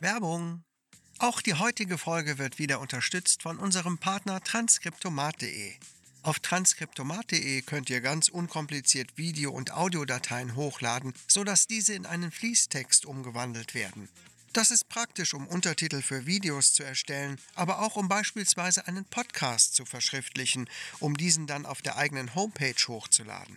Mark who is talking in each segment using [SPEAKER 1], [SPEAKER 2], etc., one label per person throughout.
[SPEAKER 1] Werbung. Auch die heutige Folge wird wieder unterstützt von unserem Partner transkriptomat.de. Auf transkriptomat.de könnt ihr ganz unkompliziert Video- und Audiodateien hochladen, sodass diese in einen Fließtext umgewandelt werden. Das ist praktisch, um Untertitel für Videos zu erstellen, aber auch um beispielsweise einen Podcast zu verschriftlichen, um diesen dann auf der eigenen Homepage hochzuladen.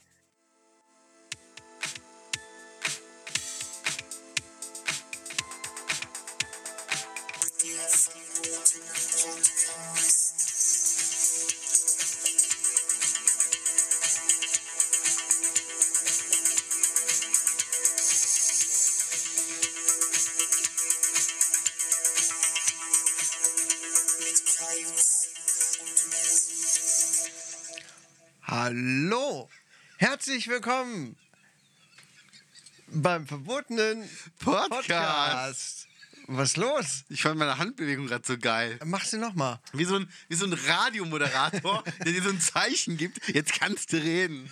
[SPEAKER 1] Hallo, herzlich willkommen beim verbotenen
[SPEAKER 2] Podcast.
[SPEAKER 1] Podcast. Was ist los?
[SPEAKER 2] Ich fand meine Handbewegung gerade so geil.
[SPEAKER 1] Mach sie nochmal.
[SPEAKER 2] Wie so ein, wie so ein Radiomoderator, der dir so ein Zeichen gibt, jetzt kannst du reden.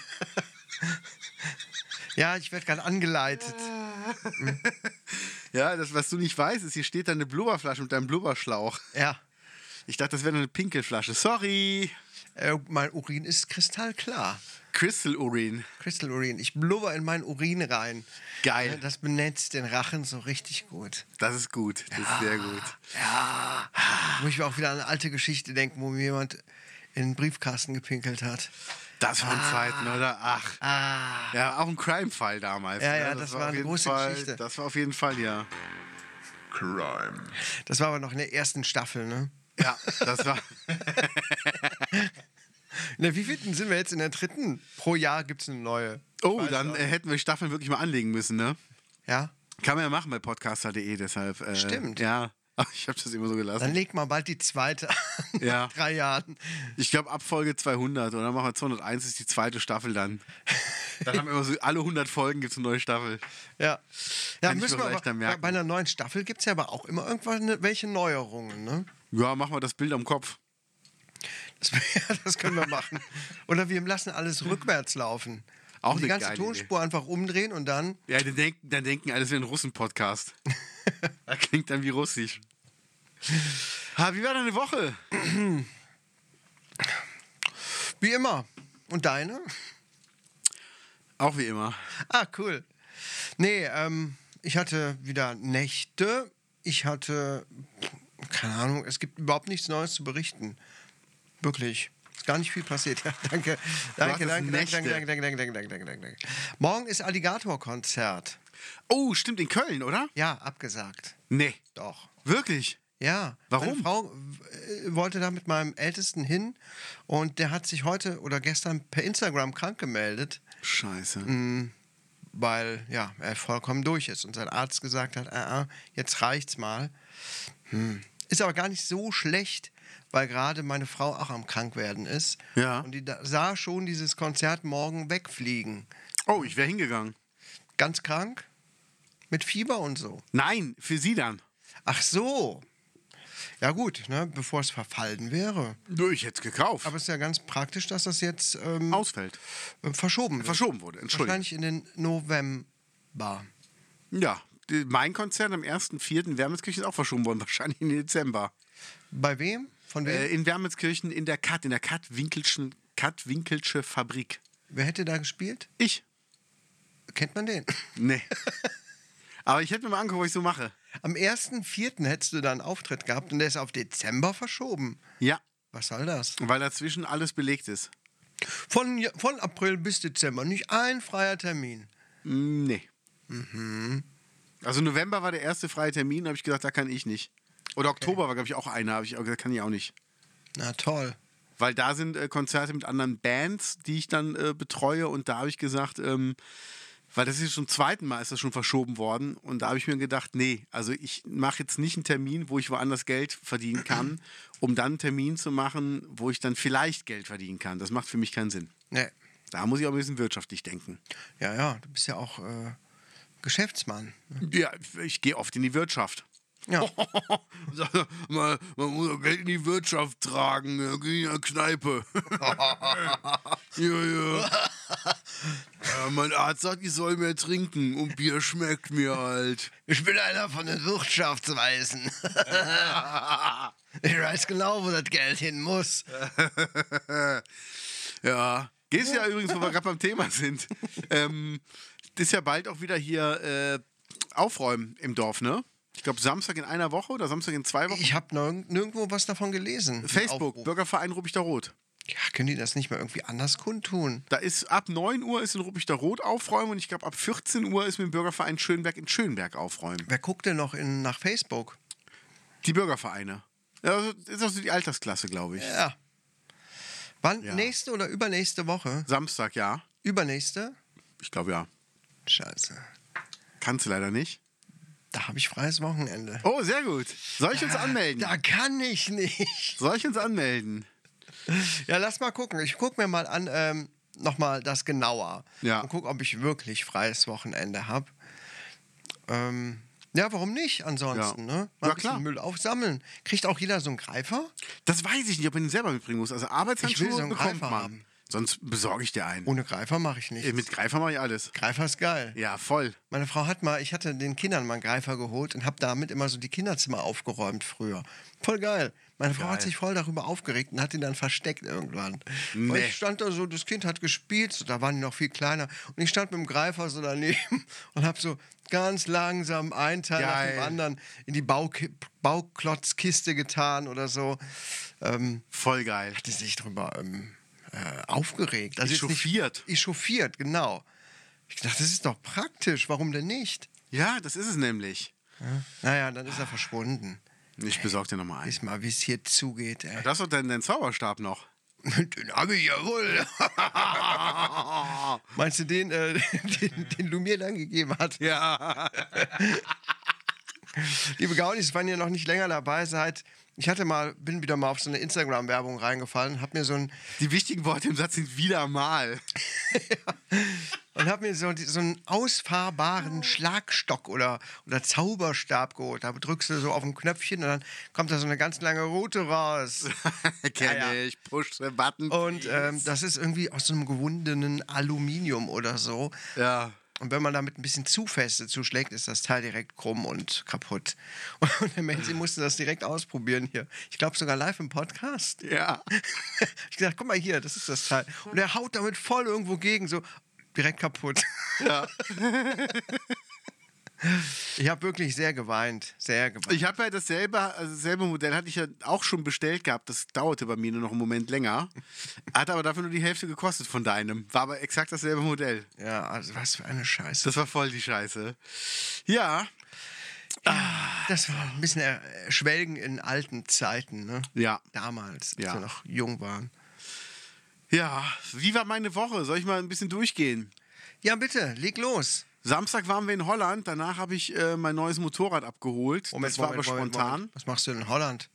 [SPEAKER 1] Ja, ich werde gerade angeleitet.
[SPEAKER 2] Ja, das, was du nicht weißt, ist, hier steht da eine Blubberflasche mit deinem Blubberschlauch.
[SPEAKER 1] Ja.
[SPEAKER 2] Ich dachte, das wäre nur eine Pinkelflasche. Sorry.
[SPEAKER 1] Äh, mein Urin ist kristallklar.
[SPEAKER 2] Crystal Urin.
[SPEAKER 1] Kristall-Urin. Ich blubber in meinen Urin rein. Ne,
[SPEAKER 2] Geil.
[SPEAKER 1] Das benetzt den Rachen so richtig gut.
[SPEAKER 2] Das ist gut. Das ist sehr gut. Ah.
[SPEAKER 1] Muss ich mir auch wieder an eine alte Geschichte denken, wo mir jemand in den Briefkasten gepinkelt hat.
[SPEAKER 2] Das waren
[SPEAKER 1] Ah.
[SPEAKER 2] Zeiten, oder? Ach. Ja, auch ein Crime-Fall damals.
[SPEAKER 1] Ja,
[SPEAKER 2] ne?
[SPEAKER 1] ja, das war
[SPEAKER 2] auf
[SPEAKER 1] eine
[SPEAKER 2] jeden
[SPEAKER 1] große
[SPEAKER 2] Fall,
[SPEAKER 1] Geschichte.
[SPEAKER 2] Das war auf jeden Fall, ja. Crime.
[SPEAKER 1] Das war aber noch in der ersten Staffel, ne?
[SPEAKER 2] Ja, das war.
[SPEAKER 1] In der wievielten Ne, sind wir jetzt? In der dritten? Pro Jahr gibt es eine neue.
[SPEAKER 2] Oh, dann äh, hätten wir die Staffeln wirklich mal anlegen müssen, ne?
[SPEAKER 1] Ja?
[SPEAKER 2] Kann man ja machen bei podcaster.de, deshalb. Äh,
[SPEAKER 1] Stimmt.
[SPEAKER 2] Ja, ich habe das immer so
[SPEAKER 1] Dann
[SPEAKER 2] gelassen.
[SPEAKER 1] legt mal bald die zweite an.
[SPEAKER 2] Ja.
[SPEAKER 1] Nach drei Jahren.
[SPEAKER 2] Ich glaube, ab Folge 200 oder machen wir 201 ist die zweite Staffel dann. Dann haben wir immer so, alle 100 Folgen gibt es eine neue Staffel.
[SPEAKER 1] Ja. Ja,
[SPEAKER 2] Kann ich
[SPEAKER 1] müssen
[SPEAKER 2] mir
[SPEAKER 1] wir aber,
[SPEAKER 2] leichter merken.
[SPEAKER 1] bei einer neuen Staffel gibt es ja aber auch immer irgendwann ne, welche Neuerungen, ne?
[SPEAKER 2] Ja, machen wir das Bild am Kopf.
[SPEAKER 1] Das, ja, das können wir machen. Oder wir lassen alles rückwärts laufen.
[SPEAKER 2] Auch
[SPEAKER 1] Und die
[SPEAKER 2] eine
[SPEAKER 1] ganze
[SPEAKER 2] geile
[SPEAKER 1] Tonspur einfach umdehen und dann.
[SPEAKER 2] Ja, dann denken, dann denken alles wie ein Russen-Podcast. das klingt dann wie Russisch. Ha, wie war deine Woche?
[SPEAKER 1] Wie immer. Und deine?
[SPEAKER 2] Auch wie immer.
[SPEAKER 1] Ah, cool. Nee, ähm, ich hatte wieder Nächte. Ich hatte. Keine Ahnung, es gibt überhaupt nichts Neues zu berichten. Wirklich. Ist gar nicht viel passiert. Ja, danke. Danke,
[SPEAKER 2] hattest
[SPEAKER 1] danke, danke,
[SPEAKER 2] Nächte.
[SPEAKER 1] danke, danke, danke, danke, danke, danke, danke, danke. Morgen ist Alligator-Konzert.
[SPEAKER 2] Oh, stimmt, in Köln, oder?
[SPEAKER 1] Ja, abgesagt.
[SPEAKER 2] Nee.
[SPEAKER 1] Doch.
[SPEAKER 2] Wirklich?
[SPEAKER 1] Ja.
[SPEAKER 2] Warum?
[SPEAKER 1] Meine Frau äh, wollte da mit meinem Ältesten hin und der hat sich heute oder gestern per Instagram krank gemeldet,
[SPEAKER 2] Scheiße.
[SPEAKER 1] weil ja, er vollkommen durch ist und sein Arzt gesagt hat, ah, ah, jetzt reicht's mal. Hm. Ist aber gar nicht so schlecht, weil gerade meine Frau auch am Krankwerden ist.
[SPEAKER 2] Ja.
[SPEAKER 1] Und die da, sah schon dieses Konzert morgen wegfliegen.
[SPEAKER 2] Oh, ich wäre hingegangen.
[SPEAKER 1] Ganz krank, mit Fieber und so.
[SPEAKER 2] Nein, für sie dann.
[SPEAKER 1] Ach so. Ja gut, ne, bevor es verfallen wäre.
[SPEAKER 2] Nö, Ich hätte es gekauft.
[SPEAKER 1] Aber es ist ja ganz praktisch, dass das jetzt ähm,
[SPEAKER 2] Ausfällt.
[SPEAKER 1] äh, verschoben wird.
[SPEAKER 2] Verschoben wurde, Entschuldigung.
[SPEAKER 1] Wahrscheinlich in den November.
[SPEAKER 2] Ja, die- mein Konzert am 1.4. in Wermelskirchen ist auch verschoben worden, wahrscheinlich im Dezember.
[SPEAKER 1] Bei wem? Von wem?
[SPEAKER 2] Äh, in Wermelskirchen in der Kat, in der Katwinkelschen, Katwinkelsche Fabrik.
[SPEAKER 1] Wer hätte da gespielt?
[SPEAKER 2] Ich?
[SPEAKER 1] Kennt man den?
[SPEAKER 2] Nee. Aber ich hätte mir mal angeguckt, was ich so mache.
[SPEAKER 1] Am 1.4. hättest du da einen Auftritt gehabt und der ist auf Dezember verschoben.
[SPEAKER 2] Ja,
[SPEAKER 1] Was soll das?
[SPEAKER 2] weil dazwischen alles belegt ist.
[SPEAKER 1] Von, Ja- von April bis Dezember, nicht ein freier Termin.
[SPEAKER 2] Mm, Nee. Also November war der erste freie Termin, habe ich gesagt, da kann ich nicht. Oder Oktober war, glaube ich, auch einer, habe ich auch gesagt, kann ich auch nicht.
[SPEAKER 1] Na toll.
[SPEAKER 2] Weil da sind äh, Konzerte mit anderen Bands, die ich dann äh, betreue. Und da habe ich gesagt, ähm, weil das ist schon zum zweiten Mal ist das schon verschoben worden. Und da habe ich mir gedacht, nee, also ich mache jetzt nicht einen Termin, wo ich woanders Geld verdienen kann, um dann einen Termin zu machen, wo ich dann vielleicht Geld verdienen kann. Das macht für mich keinen Sinn.
[SPEAKER 1] Nee.
[SPEAKER 2] Da muss ich auch ein bisschen wirtschaftlich denken.
[SPEAKER 1] Ja, ja, du bist ja auch äh, Geschäftsmann.
[SPEAKER 2] Ja, ich gehe oft in die Wirtschaft.
[SPEAKER 1] Ja.
[SPEAKER 2] man, man muss doch Geld in die Wirtschaft tragen. Da geh ich in eine Kneipe. ja, ja. ja. Mein Arzt sagt, ich soll mehr trinken und Bier schmeckt mir halt.
[SPEAKER 3] Ich bin einer von den Wirtschaftsweisen. ich weiß genau, wo das Geld hin muss.
[SPEAKER 2] Ja. Gehst ja übrigens, wo wir gerade beim Thema sind. Ähm, das ist ja bald auch wieder hier äh, aufräumen im Dorf, ne? Ich glaube, Samstag in einer Woche oder Samstag in zwei Wochen.
[SPEAKER 1] Ich habe nirgendwo was davon gelesen.
[SPEAKER 2] Facebook,
[SPEAKER 1] Aufruf.
[SPEAKER 2] Bürgerverein Rubichter Rot.
[SPEAKER 1] Ja, können die das nicht mal irgendwie anders kundtun?
[SPEAKER 2] Da ist ab 9 Uhr ist in Rubichter Rot aufräumen und ich glaube, ab 14 Uhr ist mit dem Bürgerverein Schönberg in Schönberg aufräumen.
[SPEAKER 1] Wer guckt denn noch in, nach Facebook?
[SPEAKER 2] Die Bürgervereine. Ja, also, das ist also die Altersklasse, glaube ich.
[SPEAKER 1] Ja. Wann? Nächste oder übernächste Woche?
[SPEAKER 2] Samstag, ja.
[SPEAKER 1] Übernächste?
[SPEAKER 2] Ich glaube, ja.
[SPEAKER 1] Scheiße.
[SPEAKER 2] Kannst du leider nicht.
[SPEAKER 1] Da habe ich freies Wochenende.
[SPEAKER 2] Oh, sehr gut. Soll ich uns anmelden?
[SPEAKER 1] Da kann ich nicht.
[SPEAKER 2] Soll ich uns anmelden?
[SPEAKER 1] Ja, lass mal gucken. Ich gucke mir mal an, ähm, nochmal das genauer.
[SPEAKER 2] Ja.
[SPEAKER 1] Und guck, ob ich wirklich freies Wochenende habe. Ähm, ja, warum nicht ansonsten?
[SPEAKER 2] Ja.
[SPEAKER 1] Ne? Mal
[SPEAKER 2] Ja,
[SPEAKER 1] ein bisschen
[SPEAKER 2] klar.
[SPEAKER 1] Müll aufsammeln. Kriegt auch jeder so einen Greifer?
[SPEAKER 2] Das weiß ich nicht, ob man ihn selber mitbringen muss. Also Arbeitshandschuhe
[SPEAKER 1] Ich will so einen
[SPEAKER 2] bekommt
[SPEAKER 1] Greifer
[SPEAKER 2] man.
[SPEAKER 1] haben.
[SPEAKER 2] Sonst besorge ich dir einen.
[SPEAKER 1] Ohne Greifer mache ich
[SPEAKER 2] Äh,
[SPEAKER 1] nichts.
[SPEAKER 2] Mit Greifer mache ich alles.
[SPEAKER 1] Greifer ist geil.
[SPEAKER 2] Ja, voll.
[SPEAKER 1] Meine Frau hat mal, ich hatte den Kindern mal einen Greifer geholt und habe damit immer so die Kinderzimmer aufgeräumt früher. Voll geil. Meine Frau hat sich voll darüber aufgeregt und hat ihn dann versteckt irgendwann. Und
[SPEAKER 2] Nee.
[SPEAKER 1] ich stand da so, das Kind hat gespielt, so, da waren die noch viel kleiner. Und ich stand mit dem Greifer so daneben und habe so ganz langsam einen Teil nach
[SPEAKER 2] Geil.
[SPEAKER 1] dem anderen in die Bauki Bauklotzkiste getan oder so. Ähm,
[SPEAKER 2] Voll geil.
[SPEAKER 1] die sich darüber ähm, äh, aufgeregt. Also jetzt nicht-
[SPEAKER 2] Echauffiert.
[SPEAKER 1] Echauffiert, genau. Ich dachte, das ist doch praktisch, warum denn nicht?
[SPEAKER 2] Ja, das ist es nämlich.
[SPEAKER 1] Naja, dann ist er verschwunden.
[SPEAKER 2] Ich besorge dir nochmal einen.
[SPEAKER 1] Ist mal, wie es hier zugeht, ey.
[SPEAKER 2] Das ist dein, dein Zauberstab noch.
[SPEAKER 1] Den hab ich ja wohl. Meinst du den, äh, den, den du mir dann gegeben hast?
[SPEAKER 2] Ja.
[SPEAKER 1] Liebe Gaunis, wenn ihr noch nicht länger dabei seid, ich hatte mal, bin wieder mal auf so eine Instagram-Werbung reingefallen, hab mir so ein
[SPEAKER 2] Die wichtigen Worte im Satz sind wieder mal.
[SPEAKER 1] und habe mir so, die- so einen ausfahrbaren Schlagstock oder, oder Zauberstab geholt. Da drückst du so auf ein Knöpfchen und dann kommt da so eine ganz lange Route raus.
[SPEAKER 2] Kenne
[SPEAKER 1] Ja, ja.
[SPEAKER 2] ich. Push the button.
[SPEAKER 1] Und ähm, das ist irgendwie aus so einem gewundenen Aluminium oder so.
[SPEAKER 2] Ja.
[SPEAKER 1] Und wenn man damit ein bisschen zu feste zuschlägt, ist das Teil direkt krumm und kaputt. Und der Menzi musste das direkt ausprobieren hier. Ich glaube sogar live im Podcast.
[SPEAKER 2] Ja.
[SPEAKER 1] Ich gesagt, guck mal hier, das ist das Teil. Und er haut damit voll irgendwo gegen, so direkt kaputt.
[SPEAKER 2] ja.
[SPEAKER 1] Ich habe wirklich sehr geweint, sehr geweint.
[SPEAKER 2] Ich habe ja dasselbe, also dasselbe Modell hatte ich ja auch schon bestellt gehabt. Das dauerte bei mir nur noch einen Moment länger. Hat aber dafür nur die Hälfte gekostet von deinem. War aber exakt dasselbe Modell.
[SPEAKER 1] Ja, also was für eine Scheiße.
[SPEAKER 2] Das war voll die Scheiße. Ja.
[SPEAKER 1] Das war ein bisschen äh, Schwelgen in alten Zeiten, ne?
[SPEAKER 2] Ja.
[SPEAKER 1] Damals, als
[SPEAKER 2] Ja.
[SPEAKER 1] wir noch jung waren.
[SPEAKER 2] Ja. Wie war meine Woche? Soll ich mal ein bisschen durchgehen?
[SPEAKER 1] Ja, bitte, leg los.
[SPEAKER 2] Samstag waren wir in Holland. Danach habe ich äh, mein neues Motorrad abgeholt. das war aber spontan.
[SPEAKER 1] Was machst du denn in Holland?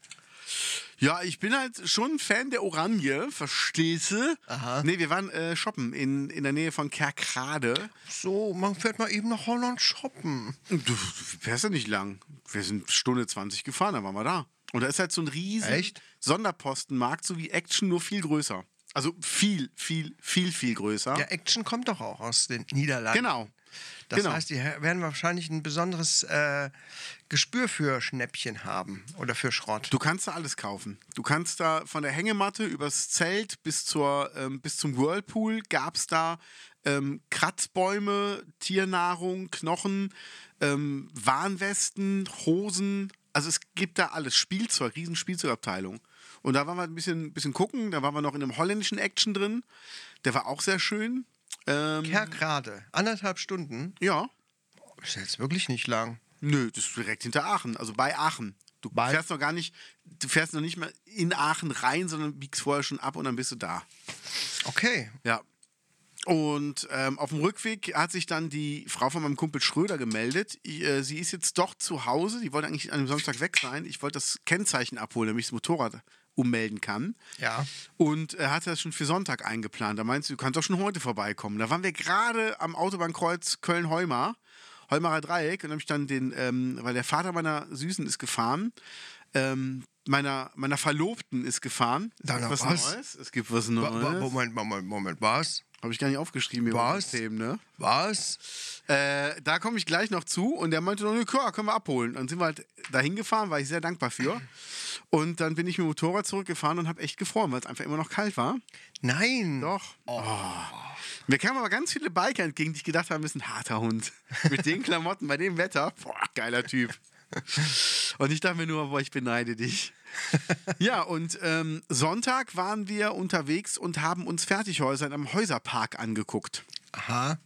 [SPEAKER 2] Ja, ich bin halt schon Fan der Oranje, verstehste?
[SPEAKER 1] Aha.
[SPEAKER 2] Nee, wir waren äh, shoppen in, in der Nähe von Kerkrade.
[SPEAKER 1] So, man fährt mal eben nach Holland shoppen.
[SPEAKER 2] Du fährst ja nicht lang. Wir sind Stunde 20 gefahren, dann waren wir da. Und da ist halt so ein riesen
[SPEAKER 1] Echt?
[SPEAKER 2] Sonderpostenmarkt, so wie Action, nur viel größer. Also viel, viel, viel, viel größer.
[SPEAKER 1] Ja, Action kommt doch auch aus den Niederlanden.
[SPEAKER 2] Genau.
[SPEAKER 1] Das
[SPEAKER 2] genau.
[SPEAKER 1] heißt, die werden wahrscheinlich ein besonderes äh, Gespür für Schnäppchen haben oder für Schrott.
[SPEAKER 2] Du kannst da alles kaufen. Du kannst da von der Hängematte übers Zelt bis, zur, ähm, bis zum Whirlpool gab es da ähm, Kratzbäume, Tiernahrung, Knochen, ähm, Warnwesten, Hosen. Also es gibt da alles. Spielzeug, riesen Spielzeugabteilung. Und da waren wir ein bisschen, bisschen gucken. Da waren wir noch in einem holländischen Action drin. Der war auch sehr schön. Ähm,
[SPEAKER 1] Kerkrade, anderthalb Stunden,
[SPEAKER 2] ja.
[SPEAKER 1] ist jetzt wirklich nicht lang.
[SPEAKER 2] Nö, das ist direkt hinter Aachen, also bei Aachen. Du fährst noch gar nicht, du fährst noch nicht mal in Aachen rein, sondern biegst vorher schon ab und dann bist du da.
[SPEAKER 1] Okay,
[SPEAKER 2] Ja. Und ähm, auf dem Rückweg hat sich dann die Frau von meinem Kumpel Schröder gemeldet. I- äh, Sie ist jetzt doch zu Hause. Die wollte eigentlich an dem Samstag weg sein. Ich wollte das Kennzeichen abholen, damit ich das Motorrad ummelden kann.
[SPEAKER 1] Ja.
[SPEAKER 2] Und äh, hatte das schon für Sonntag eingeplant. Da meinst du, du kannst doch schon heute vorbeikommen. Da waren wir gerade am Autobahnkreuz Köln-Heumar. Holmarer Dreieck und habe ich dann den, ähm, weil der Vater meiner Süßen ist gefahren, ähm, meiner, meiner Verlobten ist gefahren. Es
[SPEAKER 1] Da
[SPEAKER 2] gibt
[SPEAKER 1] noch
[SPEAKER 2] was,
[SPEAKER 1] was?
[SPEAKER 2] Neues. Es gibt was
[SPEAKER 1] Wa- wa-
[SPEAKER 2] Neues.
[SPEAKER 1] Moment, Moment, Moment, was?
[SPEAKER 2] Habe ich gar nicht aufgeschrieben hier
[SPEAKER 1] Was?
[SPEAKER 2] im System, ne?
[SPEAKER 1] Was?
[SPEAKER 2] Äh, da komme ich gleich noch zu und der meinte noch, ja, können wir abholen. Dann sind wir halt dahin gefahren, war ich sehr dankbar für. Und dann bin ich mit dem Motorrad zurückgefahren und habe echt gefroren, weil es einfach immer noch kalt war.
[SPEAKER 1] Nein.
[SPEAKER 2] Doch. Oh. Mir kamen aber ganz viele Biker entgegen, die ich gedacht habe, ist ein harter Hund. Mit den Klamotten, bei dem Wetter. Boah, geiler Typ. Und ich dachte mir nur, boah, ich beneide dich. Ja, und ähm, Sonntag waren wir unterwegs und haben uns Fertighäuser in einem Häuserpark angeguckt.
[SPEAKER 1] Aha.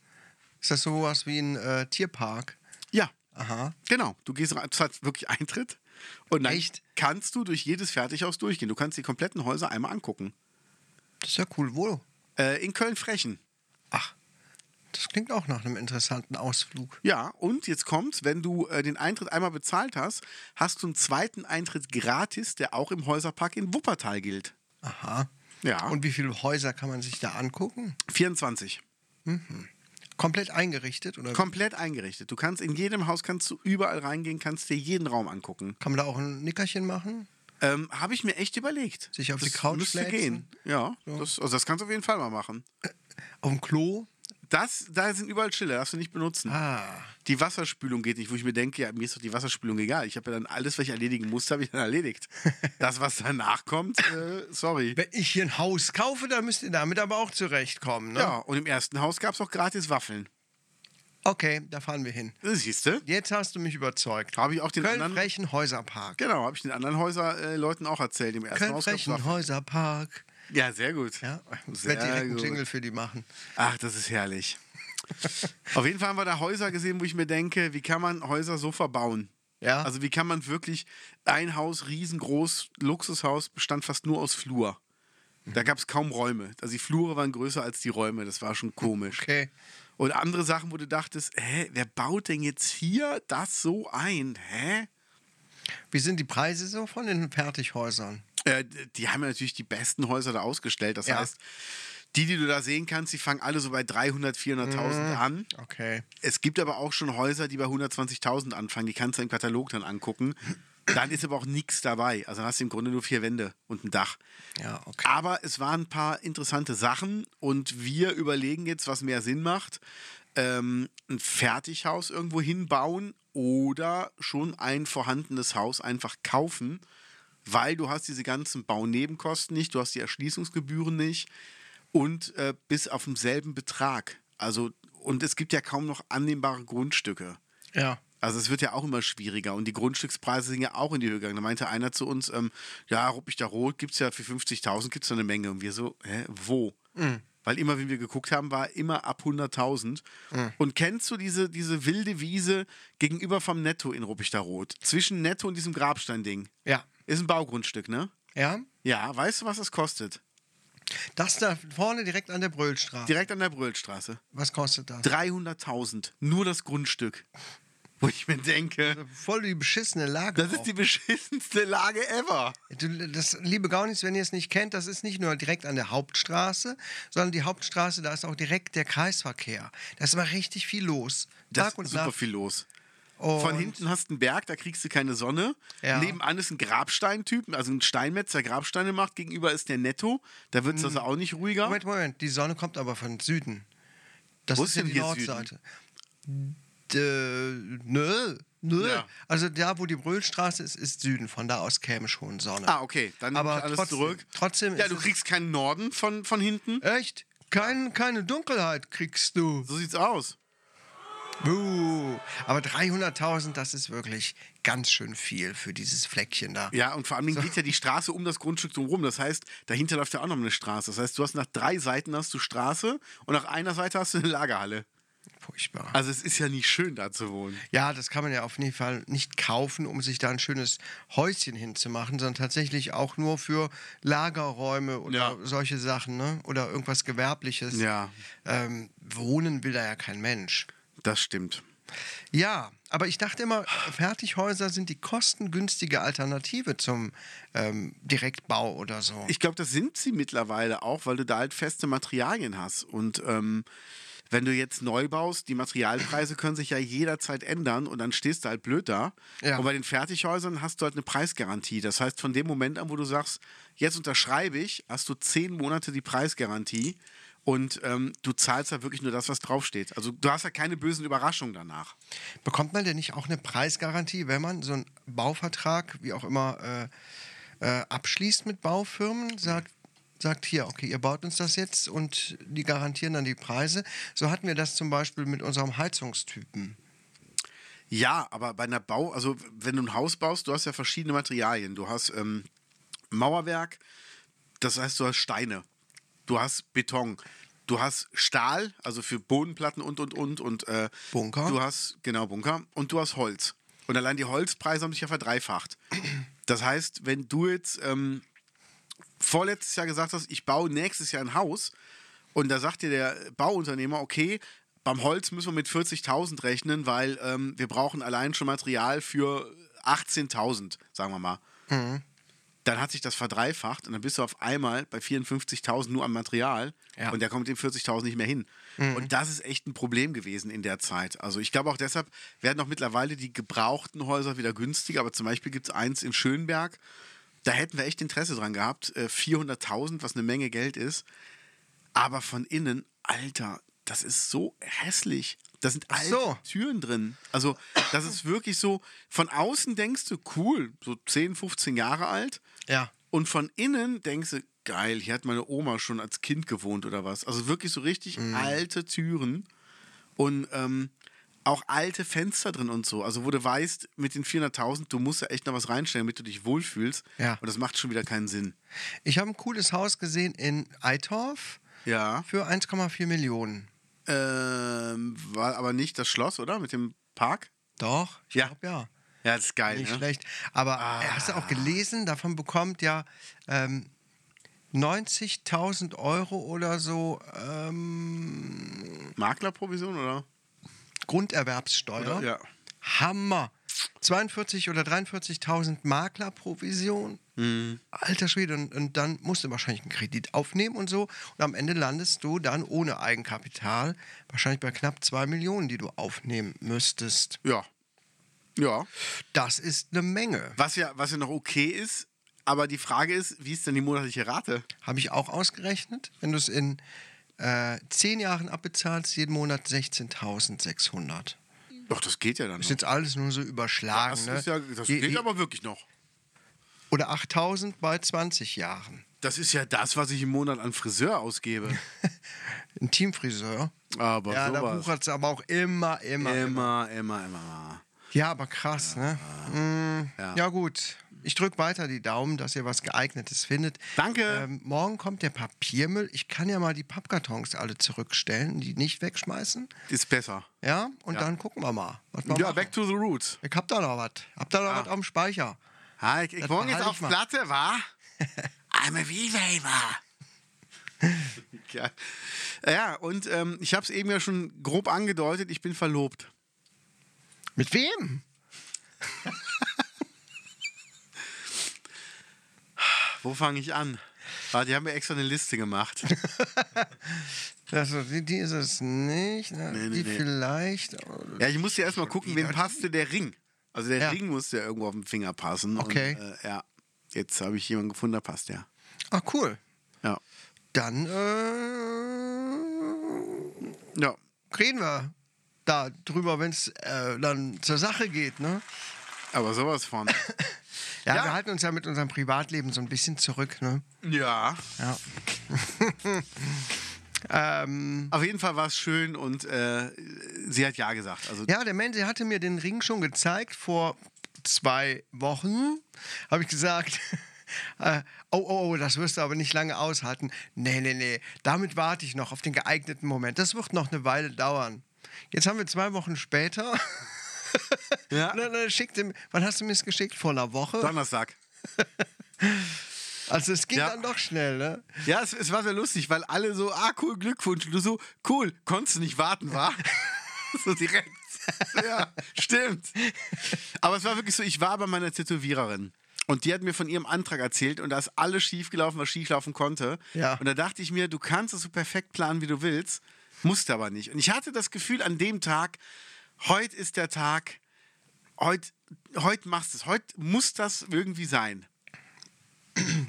[SPEAKER 1] Ist das sowas wie ein äh, Tierpark?
[SPEAKER 2] Ja,
[SPEAKER 1] Aha.
[SPEAKER 2] Genau, du gehst rein, du hast wirklich Eintritt und dann
[SPEAKER 1] Echt?
[SPEAKER 2] kannst du durch jedes Fertighaus durchgehen. Du kannst die kompletten Häuser einmal angucken.
[SPEAKER 1] Das ist ja cool. Wo?
[SPEAKER 2] Äh, in Köln-Frechen.
[SPEAKER 1] Ach, das klingt auch nach einem interessanten Ausflug.
[SPEAKER 2] Ja, und jetzt kommt's, wenn du äh, den Eintritt einmal bezahlt hast, hast du einen zweiten Eintritt gratis, der auch im Häuserpark in Wuppertal gilt.
[SPEAKER 1] Aha.
[SPEAKER 2] Ja.
[SPEAKER 1] Und wie viele Häuser kann man sich da angucken?
[SPEAKER 2] 24.
[SPEAKER 1] Komplett eingerichtet oder
[SPEAKER 2] Komplett eingerichtet. Du kannst in jedem Haus kannst du überall reingehen, kannst dir jeden Raum angucken.
[SPEAKER 1] kann man da auch ein Nickerchen machen?
[SPEAKER 2] Ähm, Habe ich mir echt überlegt.
[SPEAKER 1] Sich auf
[SPEAKER 2] das
[SPEAKER 1] die Couch
[SPEAKER 2] müsste
[SPEAKER 1] fläzen.
[SPEAKER 2] gehen. Ja, Das, also das kannst du auf jeden Fall mal machen.
[SPEAKER 1] Auf dem Klo?
[SPEAKER 2] Das, da sind überall Schilder, darfst du nicht benutzen.
[SPEAKER 1] Ah.
[SPEAKER 2] Die Wasserspülung geht nicht, wo ich mir denke, ja, mir ist doch die Wasserspülung egal. Ich habe ja dann alles, was ich erledigen musste, habe ich dann erledigt. Das, was danach kommt, äh, sorry.
[SPEAKER 1] Wenn ich hier ein Haus kaufe, dann müsst ihr damit aber auch zurechtkommen, ne?
[SPEAKER 2] Ja, und im ersten Haus gab es auch gratis Waffeln. Ne,
[SPEAKER 1] Okay, da fahren wir hin.
[SPEAKER 2] Siehst du?
[SPEAKER 1] Jetzt hast du mich überzeugt.
[SPEAKER 2] Habe ich auch den anderen.
[SPEAKER 1] Köln-Frechen Häuserpark.
[SPEAKER 2] Genau, habe ich den anderen Häuser, äh, Leuten auch erzählt. Im ersten Haus gab's
[SPEAKER 1] Köln-Frechen
[SPEAKER 2] Waffeln.
[SPEAKER 1] Häuserpark.
[SPEAKER 2] Ja, sehr gut.
[SPEAKER 1] Ja, ich
[SPEAKER 2] sehr
[SPEAKER 1] werde direkt einen
[SPEAKER 2] gut.
[SPEAKER 1] Jingle für die machen.
[SPEAKER 2] Ach, das ist herrlich. Auf jeden Fall haben wir da Häuser gesehen, wo ich mir denke, wie kann man Häuser so verbauen?
[SPEAKER 1] Ja.
[SPEAKER 2] Also wie kann man wirklich ein Haus, riesengroß, Luxushaus, bestand fast nur aus Flur. Da gab es kaum Räume. Also die Flure waren größer als die Räume. Das war schon komisch.
[SPEAKER 1] Okay.
[SPEAKER 2] Und andere Sachen, wo du dachtest, hä, wer baut denn jetzt hier das so ein? Hä?
[SPEAKER 1] Wie sind die Preise so von den Fertighäusern?
[SPEAKER 2] Äh, die haben ja natürlich die besten Häuser da ausgestellt. Das
[SPEAKER 1] Ja.
[SPEAKER 2] heißt, die, die du da sehen kannst, die fangen alle so bei 300, 400.000 an.
[SPEAKER 1] Okay.
[SPEAKER 2] Es gibt aber auch schon Häuser, die bei 120.000 anfangen. Die kannst du im Katalog dann angucken. Dann ist aber auch nichts dabei. Also dann hast du im Grunde nur vier Wände und ein Dach.
[SPEAKER 1] Ja, okay.
[SPEAKER 2] Aber es waren ein paar interessante Sachen und wir überlegen jetzt, was mehr Sinn macht. Ähm, ein Fertighaus irgendwo hinbauen oder schon ein vorhandenes Haus einfach kaufen, weil du hast diese ganzen Baunebenkosten nicht, du hast die Erschließungsgebühren nicht und äh, bis auf denselben Betrag. Also, und es gibt ja kaum noch annehmbare Grundstücke.
[SPEAKER 1] Ja.
[SPEAKER 2] Also es wird ja auch immer schwieriger und die Grundstückspreise sind ja auch in die Höhe gegangen. Da meinte einer zu uns, ähm, ja, ruppig da rot, gibt es ja für 50.000 gibt es eine Menge. Und wir so, hä, wo? Weil immer, wenn wir geguckt haben, war immer ab 100.000. Und kennst du diese, diese wilde Wiese gegenüber vom Netto in ruppig da rot? Zwischen Netto und diesem Grabstein-Ding.
[SPEAKER 1] Ja.
[SPEAKER 2] Ist ein Baugrundstück, ne?
[SPEAKER 1] Ja.
[SPEAKER 2] Ja, weißt du, was das kostet?
[SPEAKER 1] Das da vorne direkt an der Brüllstraße.
[SPEAKER 2] Direkt an der Bröhlstraße.
[SPEAKER 1] Was kostet das?
[SPEAKER 2] 300.000. Nur das Grundstück. Wo ich mir denke,
[SPEAKER 1] Voll die beschissene Lage.
[SPEAKER 2] das ist die beschissenste Lage ever.
[SPEAKER 1] Du, das, liebe Gaunis, wenn ihr es nicht kennt, das ist nicht nur direkt an der Hauptstraße, sondern die Hauptstraße, da ist auch direkt der Kreisverkehr. Das war richtig viel los.
[SPEAKER 2] Das
[SPEAKER 1] Tag und
[SPEAKER 2] ist super
[SPEAKER 1] Nacht.
[SPEAKER 2] viel los.
[SPEAKER 1] Und
[SPEAKER 2] Von hinten hast du einen Berg, da kriegst du keine Sonne.
[SPEAKER 1] Ja.
[SPEAKER 2] Nebenan ist ein Grabsteintyp, also ein Steinmetz, der Grabsteine macht. Gegenüber ist der Netto, da wird es also auch nicht ruhiger.
[SPEAKER 1] Mhm. Moment, Moment, die Sonne kommt aber von Süden. Das
[SPEAKER 2] Wo
[SPEAKER 1] ist
[SPEAKER 2] ist
[SPEAKER 1] ja
[SPEAKER 2] denn
[SPEAKER 1] die
[SPEAKER 2] hier Süden?
[SPEAKER 1] Nordseite. D nö, nö.
[SPEAKER 2] Ja.
[SPEAKER 1] Also da, wo die Brühlstraße ist, ist Süden. Von da aus käme schon Sonne.
[SPEAKER 2] Ah, okay, dann nehme
[SPEAKER 1] Aber
[SPEAKER 2] ich alles
[SPEAKER 1] trotzdem-
[SPEAKER 2] zurück.
[SPEAKER 1] trotzdem
[SPEAKER 2] ja,
[SPEAKER 1] ist
[SPEAKER 2] du
[SPEAKER 1] es-
[SPEAKER 2] kriegst keinen Norden von, von hinten.
[SPEAKER 1] Echt? Kein, keine Dunkelheit kriegst du.
[SPEAKER 2] So sieht's aus.
[SPEAKER 1] Buh. Aber 300.000, das ist wirklich ganz schön viel für dieses Fleckchen da.
[SPEAKER 2] Ja, und vor allem geht ja die Straße um das Grundstück drumherum. Das heißt, dahinter läuft ja auch noch eine Straße. Das heißt, du hast nach drei Seiten hast du Straße und nach einer Seite hast du eine Lagerhalle.
[SPEAKER 1] Furchtbar.
[SPEAKER 2] Also es ist ja nicht schön, da zu wohnen.
[SPEAKER 1] Ja, das kann man ja auf jeden Fall nicht kaufen, um sich da ein schönes Häuschen hinzumachen, sondern tatsächlich auch nur für Lagerräume oder
[SPEAKER 2] Ja.
[SPEAKER 1] solche Sachen ne? oder irgendwas Gewerbliches.
[SPEAKER 2] Ja.
[SPEAKER 1] Ähm, wohnen will da ja kein Mensch.
[SPEAKER 2] Das stimmt.
[SPEAKER 1] Ja, aber ich dachte immer, Fertighäuser sind die kostengünstige Alternative zum ähm, Direktbau oder so.
[SPEAKER 2] Ich glaube, das sind sie mittlerweile auch, weil du da halt feste Materialien hast. Und ähm, Wenn du jetzt neu baust, die Materialpreise können sich ja jederzeit ändern und dann stehst du halt blöd da.
[SPEAKER 1] Ja.
[SPEAKER 2] Und bei den Fertighäusern hast du halt eine Preisgarantie. Das heißt, von dem Moment an, wo du sagst, jetzt unterschreibe ich, hast du zehn Monate die Preisgarantie und ähm, du zahlst ja wirklich nur das, was draufsteht. Also du hast ja keine bösen Überraschungen danach.
[SPEAKER 1] Bekommt man denn nicht auch eine Preisgarantie, wenn man so einen Bauvertrag, wie auch immer, äh, äh, abschließt mit Baufirmen? Sagt, sagt hier, okay, ihr baut uns das jetzt und die garantieren dann die Preise. So hatten wir das zum Beispiel mit unserem Heizungstypen.
[SPEAKER 2] Ja, aber bei einer Bau, also wenn du ein Haus baust, du hast ja verschiedene Materialien. Du hast ähm, Mauerwerk, das heißt, du hast Steine, du hast Beton, du hast Stahl, also für Bodenplatten und und und und äh,
[SPEAKER 1] Bunker.
[SPEAKER 2] Du hast genau Bunker und du hast Holz. Und allein die Holzpreise haben sich ja verdreifacht. Das heißt, wenn du jetzt ähm, vorletztes Jahr gesagt hast, ich baue nächstes Jahr ein Haus und da sagt dir der Bauunternehmer, okay, beim Holz müssen wir mit 40.000 rechnen, weil ähm, wir brauchen allein schon Material für 18.000, sagen wir mal. Dann hat sich das verdreifacht und dann bist du auf einmal bei 54.000 nur am Material
[SPEAKER 1] Ja. Mhm.
[SPEAKER 2] und der kommt mit den 40.000 nicht mehr hin. Und das ist echt ein Problem gewesen in der Zeit. Also ich glaube auch deshalb werden auch mittlerweile die gebrauchten Häuser wieder günstiger, aber zum Beispiel gibt es eins in Schönberg, da hätten wir echt Interesse dran gehabt. Äh, 400.000, was eine Menge Geld ist. Aber von innen, Alter, das ist so hässlich. Da sind alte
[SPEAKER 1] so.
[SPEAKER 2] Türen drin. Also, das ist wirklich so. Von außen denkst du, cool, so 10, 15 Jahre alt.
[SPEAKER 1] Ja.
[SPEAKER 2] Und von innen denkst du, geil, hier hat meine Oma schon als Kind gewohnt oder was. Also wirklich so richtig alte Türen und ähm, auch alte Fenster drin und so. Also wo du weißt, mit den 400.000, du musst da echt noch was reinstellen, damit du dich wohlfühlst.
[SPEAKER 1] Ja.
[SPEAKER 2] Und das macht schon wieder keinen Sinn.
[SPEAKER 1] Ich habe ein cooles Haus gesehen in Eitorf
[SPEAKER 2] Ja.
[SPEAKER 1] für 1,4 Millionen.
[SPEAKER 2] Ähm, war aber nicht das Schloss, oder? Mit dem Park?
[SPEAKER 1] Doch, ich
[SPEAKER 2] Ja.
[SPEAKER 1] glaube ja.
[SPEAKER 2] Ja, das ist geil.
[SPEAKER 1] Nicht
[SPEAKER 2] ne?
[SPEAKER 1] schlecht. Aber hast du auch gelesen, davon bekommt ja ähm, 90.000 Euro oder so ähm,
[SPEAKER 2] Maklerprovision, oder?
[SPEAKER 1] Grunderwerbssteuer.
[SPEAKER 2] Ja.
[SPEAKER 1] Hammer. 42 oder 43.000 Maklerprovision.
[SPEAKER 2] Mhm.
[SPEAKER 1] Alter Schwede. Und, und dann musst du wahrscheinlich einen Kredit aufnehmen und so. Und am Ende landest du dann ohne Eigenkapital wahrscheinlich bei knapp 2 Millionen, die du aufnehmen müsstest.
[SPEAKER 2] Ja. Ja.
[SPEAKER 1] Das ist eine Menge.
[SPEAKER 2] Was ja, was ja noch okay ist, aber die Frage ist, wie ist denn die monatliche Rate?
[SPEAKER 1] Habe ich auch ausgerechnet. Wenn du es in äh, zehn Jahren abbezahlst, jeden Monat 16.600.
[SPEAKER 2] Doch, das geht ja dann.
[SPEAKER 1] Ist
[SPEAKER 2] noch.
[SPEAKER 1] jetzt alles nur so überschlagen.
[SPEAKER 2] Das,
[SPEAKER 1] ne?
[SPEAKER 2] ist ja, das
[SPEAKER 1] Je-
[SPEAKER 2] geht
[SPEAKER 1] je-
[SPEAKER 2] aber wirklich noch.
[SPEAKER 1] Oder 8.000 bei 20 Jahren.
[SPEAKER 2] Das ist ja das, was ich im Monat an Friseur ausgebe.
[SPEAKER 1] Ein Teamfriseur.
[SPEAKER 2] Aber
[SPEAKER 1] Ja, da
[SPEAKER 2] sowas.
[SPEAKER 1] wuchert es aber auch immer, immer, immer.
[SPEAKER 2] Immer, immer, immer.
[SPEAKER 1] Ja, aber krass, ne? Mm, ja. gut. Ich drücke weiter die Daumen, dass ihr was Geeignetes findet.
[SPEAKER 2] Danke.
[SPEAKER 1] Ähm, morgen kommt der Papiermüll. Ich kann ja mal die Pappkartons alle zurückstellen, die nicht wegschmeißen.
[SPEAKER 2] Ist besser.
[SPEAKER 1] Ja, und dann gucken wir mal. Was wir
[SPEAKER 2] Ja, Ah.
[SPEAKER 1] machen.
[SPEAKER 2] back to the roots.
[SPEAKER 1] Ich hab da noch was. Hab da noch was auf dem Speicher.
[SPEAKER 2] Ha, ich ich
[SPEAKER 1] Das
[SPEAKER 2] wohne jetzt
[SPEAKER 1] behalte
[SPEAKER 2] auf
[SPEAKER 1] ich mal.
[SPEAKER 2] Platte, wa? I'm a V-Waver. ja. ja, und ähm, ich habe es eben ja schon grob angedeutet, ich bin verlobt.
[SPEAKER 1] Mit wem?
[SPEAKER 2] Wo fange ich an? Ah, die haben mir extra eine Liste gemacht.
[SPEAKER 1] Also, die, die ist es nicht. Ne?
[SPEAKER 2] Nee, nee,
[SPEAKER 1] die
[SPEAKER 2] nee.
[SPEAKER 1] vielleicht.
[SPEAKER 2] Ja, ich musste ja erstmal gucken, wem
[SPEAKER 1] wieder
[SPEAKER 2] passte der Ring. Also der
[SPEAKER 1] Ja.
[SPEAKER 2] Ring musste ja irgendwo auf dem Finger passen.
[SPEAKER 1] Okay.
[SPEAKER 2] Und, äh, ja, jetzt habe ich jemanden gefunden, der passt, ja.
[SPEAKER 1] Ach, Ah, cool.
[SPEAKER 2] Ja.
[SPEAKER 1] Dann äh,
[SPEAKER 2] Ja.
[SPEAKER 1] reden wir da drüber, wenn es äh, dann zur Sache geht. Ne?
[SPEAKER 2] Aber sowas von.
[SPEAKER 1] Ja,
[SPEAKER 2] Ja.
[SPEAKER 1] wir halten uns ja mit unserem Privatleben so ein bisschen zurück. Ne?
[SPEAKER 2] ja.
[SPEAKER 1] Ja. ähm,
[SPEAKER 2] Auf jeden Fall war es schön und äh, sie hat ja gesagt. Also
[SPEAKER 1] Ja, der Mensch der hatte mir den Ring schon gezeigt vor zwei Wochen. Habe ich gesagt, äh, oh, oh, oh, das wirst du aber nicht lange aushalten. Nee, nee, nee, damit warte ich noch auf den geeigneten Moment. Das wird noch eine Weile dauern. Jetzt haben wir zwei Wochen später.
[SPEAKER 2] Ja.
[SPEAKER 1] Und dann schickte, mir- wann hast du mir es geschickt? Vor einer Woche?
[SPEAKER 2] Donnerstag.
[SPEAKER 1] Also es ging
[SPEAKER 2] Ja.
[SPEAKER 1] dann doch schnell, ne?
[SPEAKER 2] Ja, es, es war sehr lustig, weil alle so, ah, cool, Glückwunsch. Und du so, cool, konntest du nicht warten, war? so direkt. ja, stimmt. Aber es war wirklich so, ich war bei meiner Tätowiererin. Und die hat mir von ihrem Antrag erzählt und da ist alles schiefgelaufen, was schieflaufen konnte.
[SPEAKER 1] Ja.
[SPEAKER 2] Und da dachte ich mir, du kannst es so perfekt planen, wie du willst. Musste aber nicht. Und ich hatte das Gefühl an dem Tag, heute ist der Tag, heute heut machst du es, heute muss das irgendwie sein.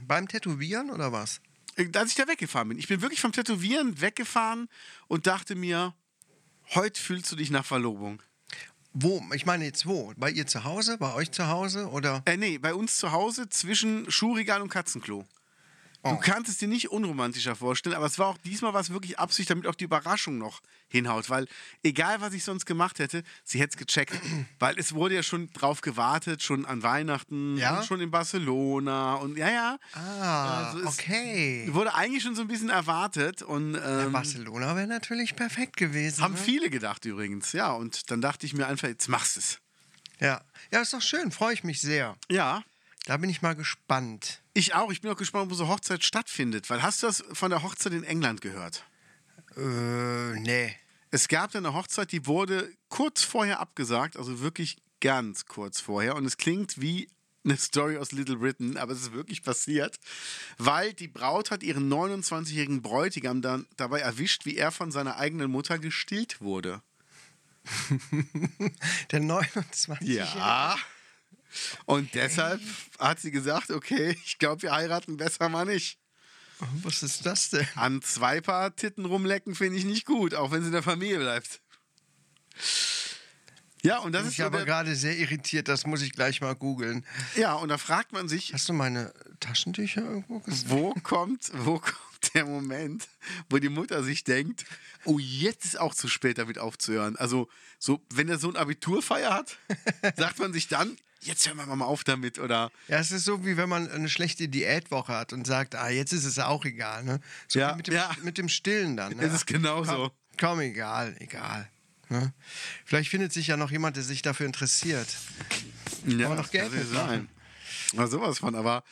[SPEAKER 1] Beim Tätowieren oder was?
[SPEAKER 2] Als äh, ich da weggefahren bin. Ich bin wirklich vom Tätowieren weggefahren und dachte mir, heute fühlst du dich nach Verlobung.
[SPEAKER 1] Wo? Ich meine jetzt wo? Bei ihr zu Hause? Bei euch zu Hause? Oder?
[SPEAKER 2] Äh, nee, bei uns zu Hause zwischen Schuhregal und Katzenklo. Du
[SPEAKER 1] Oh.
[SPEAKER 2] kannst es dir nicht unromantischer vorstellen, aber es war auch diesmal was wirklich Absicht, damit auch die Überraschung noch hinhaut. Weil egal, was ich sonst gemacht hätte, sie hätte es gecheckt. weil es wurde ja schon drauf gewartet, schon an Weihnachten,
[SPEAKER 1] Ja?
[SPEAKER 2] und schon in Barcelona und ja, ja.
[SPEAKER 1] Ah,
[SPEAKER 2] Also es
[SPEAKER 1] okay.
[SPEAKER 2] Wurde eigentlich schon so ein bisschen erwartet und ähm,
[SPEAKER 1] Barcelona wäre natürlich perfekt gewesen.
[SPEAKER 2] haben
[SPEAKER 1] ne?
[SPEAKER 2] viele gedacht übrigens. Ja, und dann dachte ich mir einfach, jetzt machst du es.
[SPEAKER 1] Ja. ja, ist doch schön, freue ich mich sehr.
[SPEAKER 2] Ja.
[SPEAKER 1] Da bin ich mal gespannt.
[SPEAKER 2] Ich auch. Ich bin auch gespannt, wo so Hochzeit stattfindet. Weil hast du das von der Hochzeit in England gehört?
[SPEAKER 1] Äh, nee.
[SPEAKER 2] Es gab da eine Hochzeit, die wurde kurz vorher abgesagt, also wirklich ganz kurz vorher. Und es klingt wie eine Story aus Little Britain, aber es ist wirklich passiert, weil die Braut hat ihren 29-jährigen Bräutigam dann dabei erwischt, wie er von seiner eigenen Mutter gestillt wurde.
[SPEAKER 1] Der 29.
[SPEAKER 2] Und deshalb hat sie gesagt, okay, ich glaube, wir heiraten besser mal nicht.
[SPEAKER 1] Was ist das denn?
[SPEAKER 2] An zwei Paar Titten rumlecken finde ich nicht gut, auch wenn sie in der Familie bleibt. Ja, und das
[SPEAKER 1] Bin
[SPEAKER 2] ist
[SPEAKER 1] ich
[SPEAKER 2] so
[SPEAKER 1] aber
[SPEAKER 2] der-
[SPEAKER 1] gerade sehr irritiert, das muss ich gleich mal googeln.
[SPEAKER 2] Ja, und da fragt man sich,
[SPEAKER 1] Hast du meine Taschentücher irgendwo gesehen?
[SPEAKER 2] wo kommt, wo kommt der Moment, wo die Mutter sich denkt, oh, jetzt ist auch zu spät, damit aufzuhören. Also, so, wenn der Sohn Abiturfeier hat, sagt man sich dann, jetzt hören wir mal auf damit. Oder
[SPEAKER 1] Ja, es ist so, wie wenn man eine schlechte Diätwoche hat und sagt, ah, jetzt ist es auch egal. Ne? So
[SPEAKER 2] Ja,
[SPEAKER 1] wie mit, dem,
[SPEAKER 2] ja.
[SPEAKER 1] mit dem Stillen dann. Ne?
[SPEAKER 2] es ist genauso.
[SPEAKER 1] Komm, komm, egal, egal. Ne? Vielleicht findet sich ja noch jemand, der sich dafür interessiert.
[SPEAKER 2] Ja,
[SPEAKER 1] man noch Geld
[SPEAKER 2] das kann
[SPEAKER 1] mitmachen.
[SPEAKER 2] Mal sowas von, aber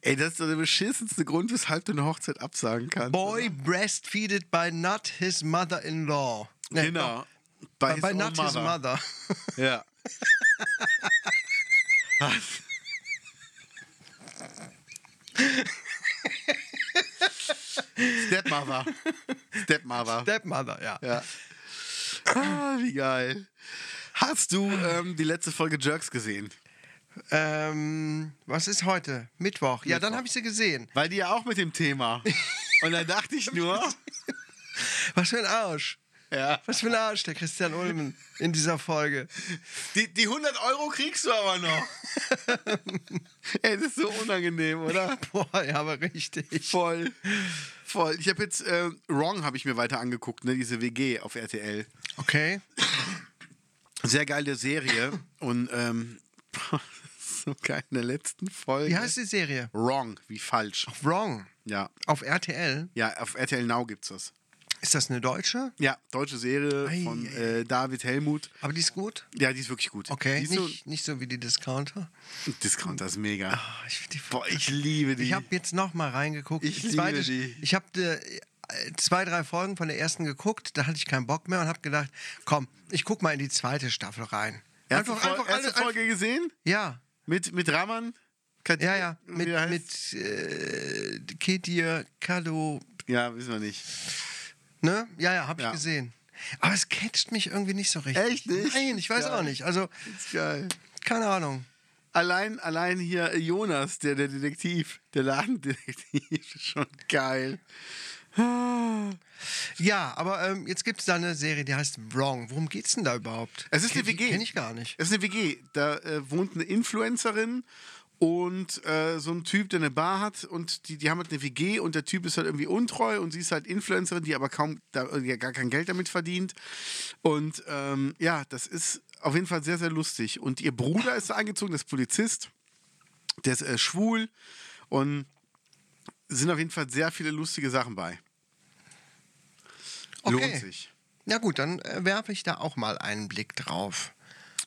[SPEAKER 2] ey, das ist doch der beschissenste Grund, weshalb du eine Hochzeit absagen kannst.
[SPEAKER 1] Boy breastfeeded by not his mother-in-law. Nee,
[SPEAKER 2] genau.
[SPEAKER 1] By,
[SPEAKER 2] Bei,
[SPEAKER 1] by not his mother.
[SPEAKER 2] Ja. Stepmother. Stepmother.
[SPEAKER 1] Stepmother, ja.
[SPEAKER 2] ja. Ah, wie geil. Hast du ähm, die letzte Folge Jerks gesehen?
[SPEAKER 1] Ähm, was ist heute? Mittwoch. Ja, dann habe ich sie gesehen.
[SPEAKER 2] Weil die ja auch mit dem Thema. Und da dachte ich nur,
[SPEAKER 1] Was für ein Arsch.
[SPEAKER 2] ja,
[SPEAKER 1] Was für ein Arsch, der Christian Ulmen in dieser Folge.
[SPEAKER 2] die, die 100 Euro kriegst du aber noch. Ey, das ist so unangenehm, oder?
[SPEAKER 1] Boah, ja, aber richtig.
[SPEAKER 2] Voll. Voll. Ich habe jetzt äh, Wrong habe ich mir weiter angeguckt, ne, diese WG auf RTL.
[SPEAKER 1] Okay.
[SPEAKER 2] Sehr geile Serie und ähm, sogar in der letzten Folge.
[SPEAKER 1] Wie heißt die Serie?
[SPEAKER 2] Wrong, wie falsch.
[SPEAKER 1] Wrong.
[SPEAKER 2] Ja.
[SPEAKER 1] Auf RTL.
[SPEAKER 2] Ja, auf RTL Now gibt's das.
[SPEAKER 1] Ist das eine deutsche?
[SPEAKER 2] Ja, deutsche Serie
[SPEAKER 1] Ei,
[SPEAKER 2] von
[SPEAKER 1] ei,
[SPEAKER 2] äh, David Helmut.
[SPEAKER 1] Aber die ist gut.
[SPEAKER 2] Ja, die ist wirklich gut.
[SPEAKER 1] Okay.
[SPEAKER 2] Die ist
[SPEAKER 1] Nicht, nicht so wie die Discounter.
[SPEAKER 2] so, Discount, das ist mega.
[SPEAKER 1] Ah, Ich, find die
[SPEAKER 2] Boah, ich liebe die.
[SPEAKER 1] Ich habe jetzt noch mal reingeguckt.
[SPEAKER 2] Ich
[SPEAKER 1] Die zweite,
[SPEAKER 2] liebe die.
[SPEAKER 1] Ich habe äh, zwei, drei Folgen von der ersten geguckt, da hatte ich keinen Bock mehr und habe gedacht, komm, ich guck mal in die zweite Staffel rein.
[SPEAKER 2] erste Fol- erste
[SPEAKER 1] alle-
[SPEAKER 2] Folge gesehen?
[SPEAKER 1] Ja,
[SPEAKER 2] Mit, mit Raman? Kat-
[SPEAKER 1] ja, ja.
[SPEAKER 2] wie
[SPEAKER 1] Mit,
[SPEAKER 2] heißt-
[SPEAKER 1] mit äh, Kedir, Kalo,
[SPEAKER 2] ja, wissen wir nicht.
[SPEAKER 1] ne? Ja, ja, habe ich
[SPEAKER 2] Ja.
[SPEAKER 1] gesehen. Aber es catcht mich irgendwie nicht so richtig.
[SPEAKER 2] Echt nicht?
[SPEAKER 1] Nein, ich weiß
[SPEAKER 2] Geil.
[SPEAKER 1] auch nicht. Also,
[SPEAKER 2] Ist geil.
[SPEAKER 1] keine Ahnung.
[SPEAKER 2] Allein, allein hier äh, Jonas, der, der Detektiv, der Ladendetektiv, ist schon geil.
[SPEAKER 1] Ja, aber ähm, jetzt gibt es da eine Serie, die heißt Wrong. Worum geht's denn da überhaupt?
[SPEAKER 2] Es ist eine
[SPEAKER 1] Kenn-
[SPEAKER 2] WG.
[SPEAKER 1] Kenn ich gar nicht.
[SPEAKER 2] Es ist eine WG. Da äh, wohnt eine Influencerin und äh, so ein Typ, der eine Bar hat und die, die haben halt eine WG und der Typ ist halt irgendwie untreu und sie ist halt Influencerin, die aber kaum, da, ja, gar kein Geld damit verdient. Und ähm, ja, das ist auf jeden Fall sehr, sehr lustig. Und ihr Bruder ist da eingezogen, das ist Polizist, der ist äh, schwul und es sind auf jeden Fall sehr viele lustige Sachen bei.
[SPEAKER 1] Okay.
[SPEAKER 2] Lohnt sich.
[SPEAKER 1] Na gut, dann äh, werfe ich da auch mal einen Blick drauf.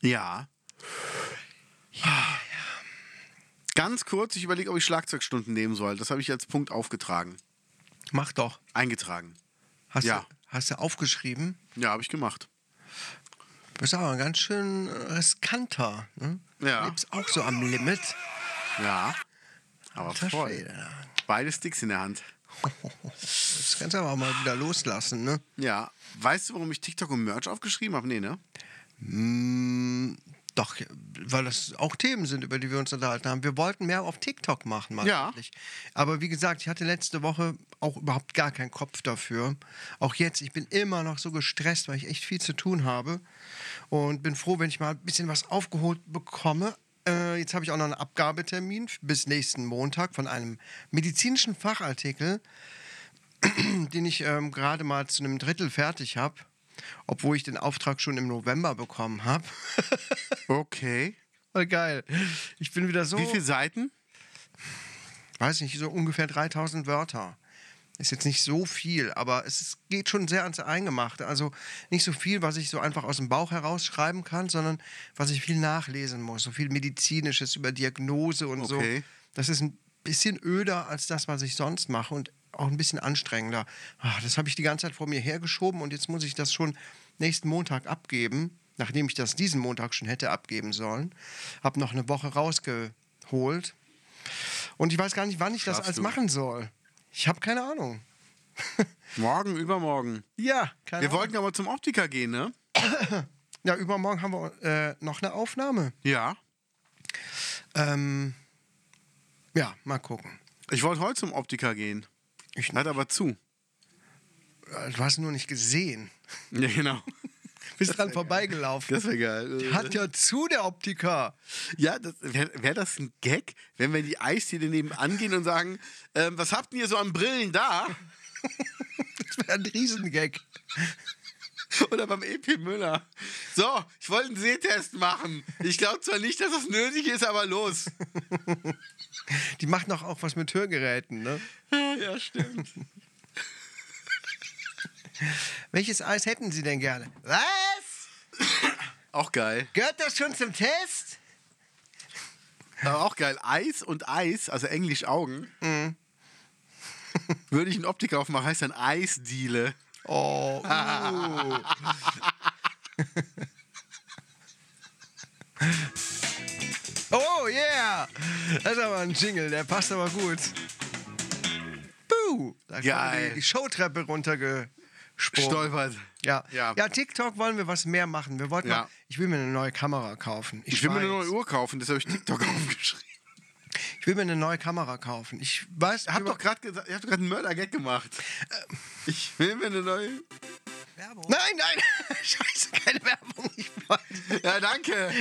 [SPEAKER 2] Ja. Ganz kurz, ich überlege, ob ich Schlagzeugstunden nehmen soll. Das habe ich als Punkt aufgetragen.
[SPEAKER 1] Mach doch.
[SPEAKER 2] Eingetragen.
[SPEAKER 1] Hast,
[SPEAKER 2] Ja.
[SPEAKER 1] du, hast du aufgeschrieben?
[SPEAKER 2] Ja, habe ich gemacht.
[SPEAKER 1] Du bist aber ganz schön äh, riskanter. Ne?
[SPEAKER 2] Ja.
[SPEAKER 1] Du lebst auch so am Limit.
[SPEAKER 2] Ja. Aber voll.
[SPEAKER 1] Schwede.
[SPEAKER 2] Beide Sticks in der Hand.
[SPEAKER 1] Das kannst du aber auch mal wieder loslassen, ne?
[SPEAKER 2] Ja. Weißt du, warum ich TikTok und Merch aufgeschrieben habe? Nee, ne?
[SPEAKER 1] Mm, Doch, weil das auch Themen sind, über die wir uns unterhalten haben. Wir wollten mehr auf TikTok machen, mal
[SPEAKER 2] Ja.
[SPEAKER 1] endlich. Aber wie gesagt, ich hatte letzte Woche auch überhaupt gar keinen Kopf dafür. Auch jetzt, ich bin immer noch so gestresst, weil ich echt viel zu tun habe. Und bin froh, wenn ich mal ein bisschen was aufgeholt bekomme. Äh, jetzt habe ich auch noch einen Abgabetermin bis nächsten Montag von einem medizinischen Fachartikel, den ich ähm, gerade mal zu einem Drittel fertig habe. Obwohl ich den Auftrag schon im November bekommen habe.
[SPEAKER 2] Okay.
[SPEAKER 1] Voll Oh, geil. Ich bin wieder so.
[SPEAKER 2] Wie viele Seiten?
[SPEAKER 1] Weiß nicht, so ungefähr 3000 Wörter. Ist jetzt nicht so viel, aber es ist, geht schon sehr ans Eingemachte. Also nicht so viel, was ich so einfach aus dem Bauch herausschreiben kann, sondern was ich viel nachlesen muss. So viel Medizinisches über Diagnose und
[SPEAKER 2] Okay.
[SPEAKER 1] so. Das ist ein bisschen öder als das, was ich sonst mache und auch ein bisschen anstrengender. Ah, das habe ich die ganze Zeit vor mir hergeschoben und jetzt muss ich das schon nächsten Montag abgeben, nachdem ich das diesen Montag schon hätte abgeben sollen. Habe noch eine Woche rausgeholt und ich weiß gar nicht, wann ich das
[SPEAKER 2] Schlafst
[SPEAKER 1] alles
[SPEAKER 2] du?
[SPEAKER 1] machen soll. Ich habe keine Ahnung.
[SPEAKER 2] Morgen, übermorgen.
[SPEAKER 1] Ja, keine
[SPEAKER 2] Wir
[SPEAKER 1] Ahnung.
[SPEAKER 2] wollten aber zum Optiker gehen, ne?
[SPEAKER 1] Ja, übermorgen haben wir äh, noch eine Aufnahme.
[SPEAKER 2] Ja.
[SPEAKER 1] Ähm, ja, mal gucken.
[SPEAKER 2] Ich wollte heute zum Optiker gehen.
[SPEAKER 1] Ich-
[SPEAKER 2] Hat aber zu.
[SPEAKER 1] Äh, Du hast ihn nur nicht gesehen.
[SPEAKER 2] Ja, genau.
[SPEAKER 1] Bist dran vorbeigelaufen.
[SPEAKER 2] Das wäre geil.
[SPEAKER 1] Hat ja zu, der Optiker.
[SPEAKER 2] Ja, wäre wär das ein Gag, wenn wir in die Eisdiele nebenan gehen und sagen, ähm, was habt denn ihr so an Brillen da?
[SPEAKER 1] Das wäre ein Riesengag.
[SPEAKER 2] Oder beim EP Müller. So, ich wollte einen Sehtest machen. Ich glaube zwar nicht, dass das nötig ist, aber los.
[SPEAKER 1] Die macht noch auch was mit Hörgeräten, ne?
[SPEAKER 2] ja, stimmt.
[SPEAKER 1] Welches Eis hätten Sie denn gerne? Was?
[SPEAKER 2] Auch geil.
[SPEAKER 1] Gehört das schon zum Test?
[SPEAKER 2] Aber Äh, auch geil. Eis und Eis, also Englisch Augen. Würde ich einen Optiker aufmachen, heißt dann Eisdiele.
[SPEAKER 1] Oh, uh. Oh, yeah! Das ist aber ein Jingle, der passt aber gut. Buh! Da
[SPEAKER 2] Geil.
[SPEAKER 1] kommt die, die Showtreppe runtergesprungen.
[SPEAKER 2] Stolpert.
[SPEAKER 1] Ja.
[SPEAKER 2] Ja.
[SPEAKER 1] ja. TikTok wollen wir was mehr machen. Wir wollten
[SPEAKER 2] Ja.
[SPEAKER 1] mal, ich will mir eine neue Kamera kaufen.
[SPEAKER 2] Ich will mir eine
[SPEAKER 1] weiß.
[SPEAKER 2] neue Uhr kaufen, das habe ich TikTok aufgeschrieben.
[SPEAKER 1] Ich will mir eine neue Kamera kaufen. Ich weiß,
[SPEAKER 2] Hab
[SPEAKER 1] über-
[SPEAKER 2] doch gerade gesagt, ihr habt doch gerade einen Mörder-Gag gemacht. Äh, Ich will mir eine neue.
[SPEAKER 4] Werbung.
[SPEAKER 1] Nein, nein! Scheiße, keine Werbung. Ich wollte-
[SPEAKER 2] Ja, danke.